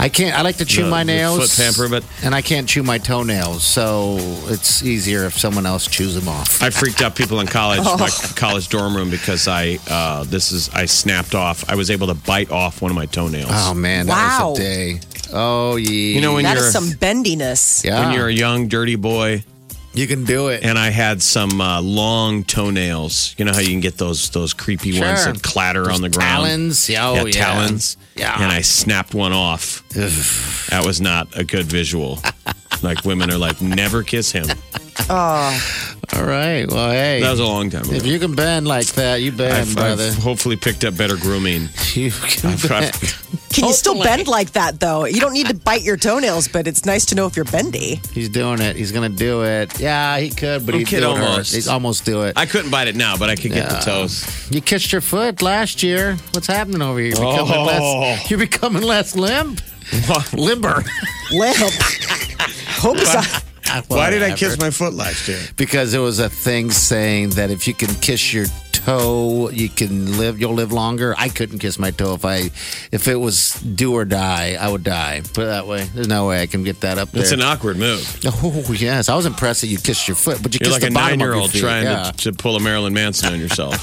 Speaker 5: I can't. I like to chew
Speaker 4: The-
Speaker 5: my
Speaker 4: the
Speaker 5: nails,
Speaker 4: foot pamper, but
Speaker 5: and I can't chew my toenails, so it's easier if someone else chews them off.
Speaker 4: I freaked out people in college,
Speaker 5: Oh.
Speaker 4: my college dorm room, because I uh, this is I snapped off. I was able to bite off one of my toenails.
Speaker 5: Oh man, that was a day. Oh yeah.
Speaker 4: You know when
Speaker 3: That
Speaker 4: you're
Speaker 3: is some bendiness.
Speaker 4: when you're a young dirty boy,
Speaker 5: you can do it.
Speaker 4: And I had some uh, long toenails. You know how you can get those those creepy ones
Speaker 5: Sure.
Speaker 4: that clatter
Speaker 5: Those
Speaker 4: on the ground.
Speaker 5: talons. Yeah, oh, yeah.
Speaker 4: talons.
Speaker 5: Yeah.
Speaker 4: and I snapped one off. That was not a good visual. like women are like, never kiss him.
Speaker 3: Oh,
Speaker 5: All right. Well, hey,
Speaker 4: That was a long time ago.
Speaker 5: If you can bend like that, you bend,
Speaker 4: I've,
Speaker 5: brother.
Speaker 4: I've hopefully picked up better grooming.
Speaker 5: You can
Speaker 4: I've, I've-
Speaker 3: Can you still bend like that though? You don't need to bite your toenails, but it's nice to know if you're bendy.
Speaker 5: He's doing it. He's gonna do it. Yeah, he could, but
Speaker 4: Some
Speaker 5: he
Speaker 4: kid
Speaker 5: did
Speaker 4: almost.
Speaker 5: He's almost do it.
Speaker 4: I couldn't bite it now, but I could get the toes.
Speaker 5: You kissed your foot last year. What's happening over here? You're becoming,
Speaker 4: Oh.
Speaker 5: less, you're becoming less limp. Limber.
Speaker 3: Limp. Hope
Speaker 4: Why did I kiss my foot last year?
Speaker 5: Because it was a thing saying that if you can kiss your toe, you can live. You'll live longer. I couldn't kiss my toe if I, if it was do or die, I would die. Put it that way. There's no way I can get that up there.
Speaker 4: It's an awkward move.
Speaker 5: Oh yes, I was impressed that you kissed your foot, but you
Speaker 4: You're
Speaker 5: kissed
Speaker 4: like
Speaker 5: the
Speaker 4: a nine
Speaker 5: bottom
Speaker 4: year old
Speaker 5: of your feet.
Speaker 4: trying
Speaker 5: yeah.
Speaker 4: to, to pull a Marilyn Manson on yourself.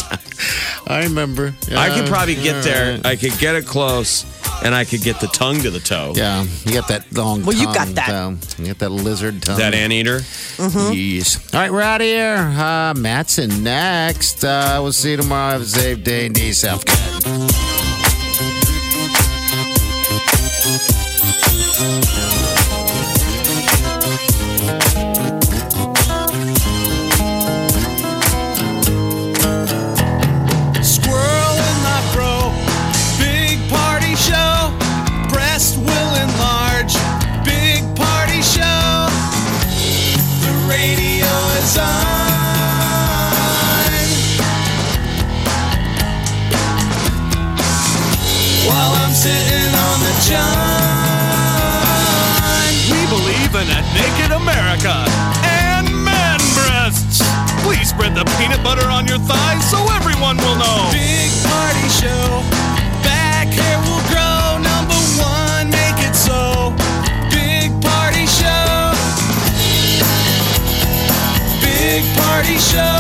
Speaker 5: I remember.
Speaker 4: I could probably get
Speaker 5: Yeah.
Speaker 4: there. I could get it close, and I could get the tongue to the toe.
Speaker 5: Yeah, you got that long.
Speaker 4: Well, you got
Speaker 5: tongue,
Speaker 4: that.
Speaker 5: though. You got that lizard tongue.
Speaker 4: That anteater.
Speaker 5: Yes. All right, we're out of here. Uh, Matson next. Uh, we'll see you tomorrow. Have a safe day. and yourself good.
Speaker 14: Squirrel in my bro. Big party show. Breast will enlarge. Big party show. The radio is on. While I'm sitting on the john. We believe in a naked America and man breasts. Please spread the peanut butter on your thighs so everyone will know. Big party show. Back hair will grow. Number one, make it so. Big party show. Big party show.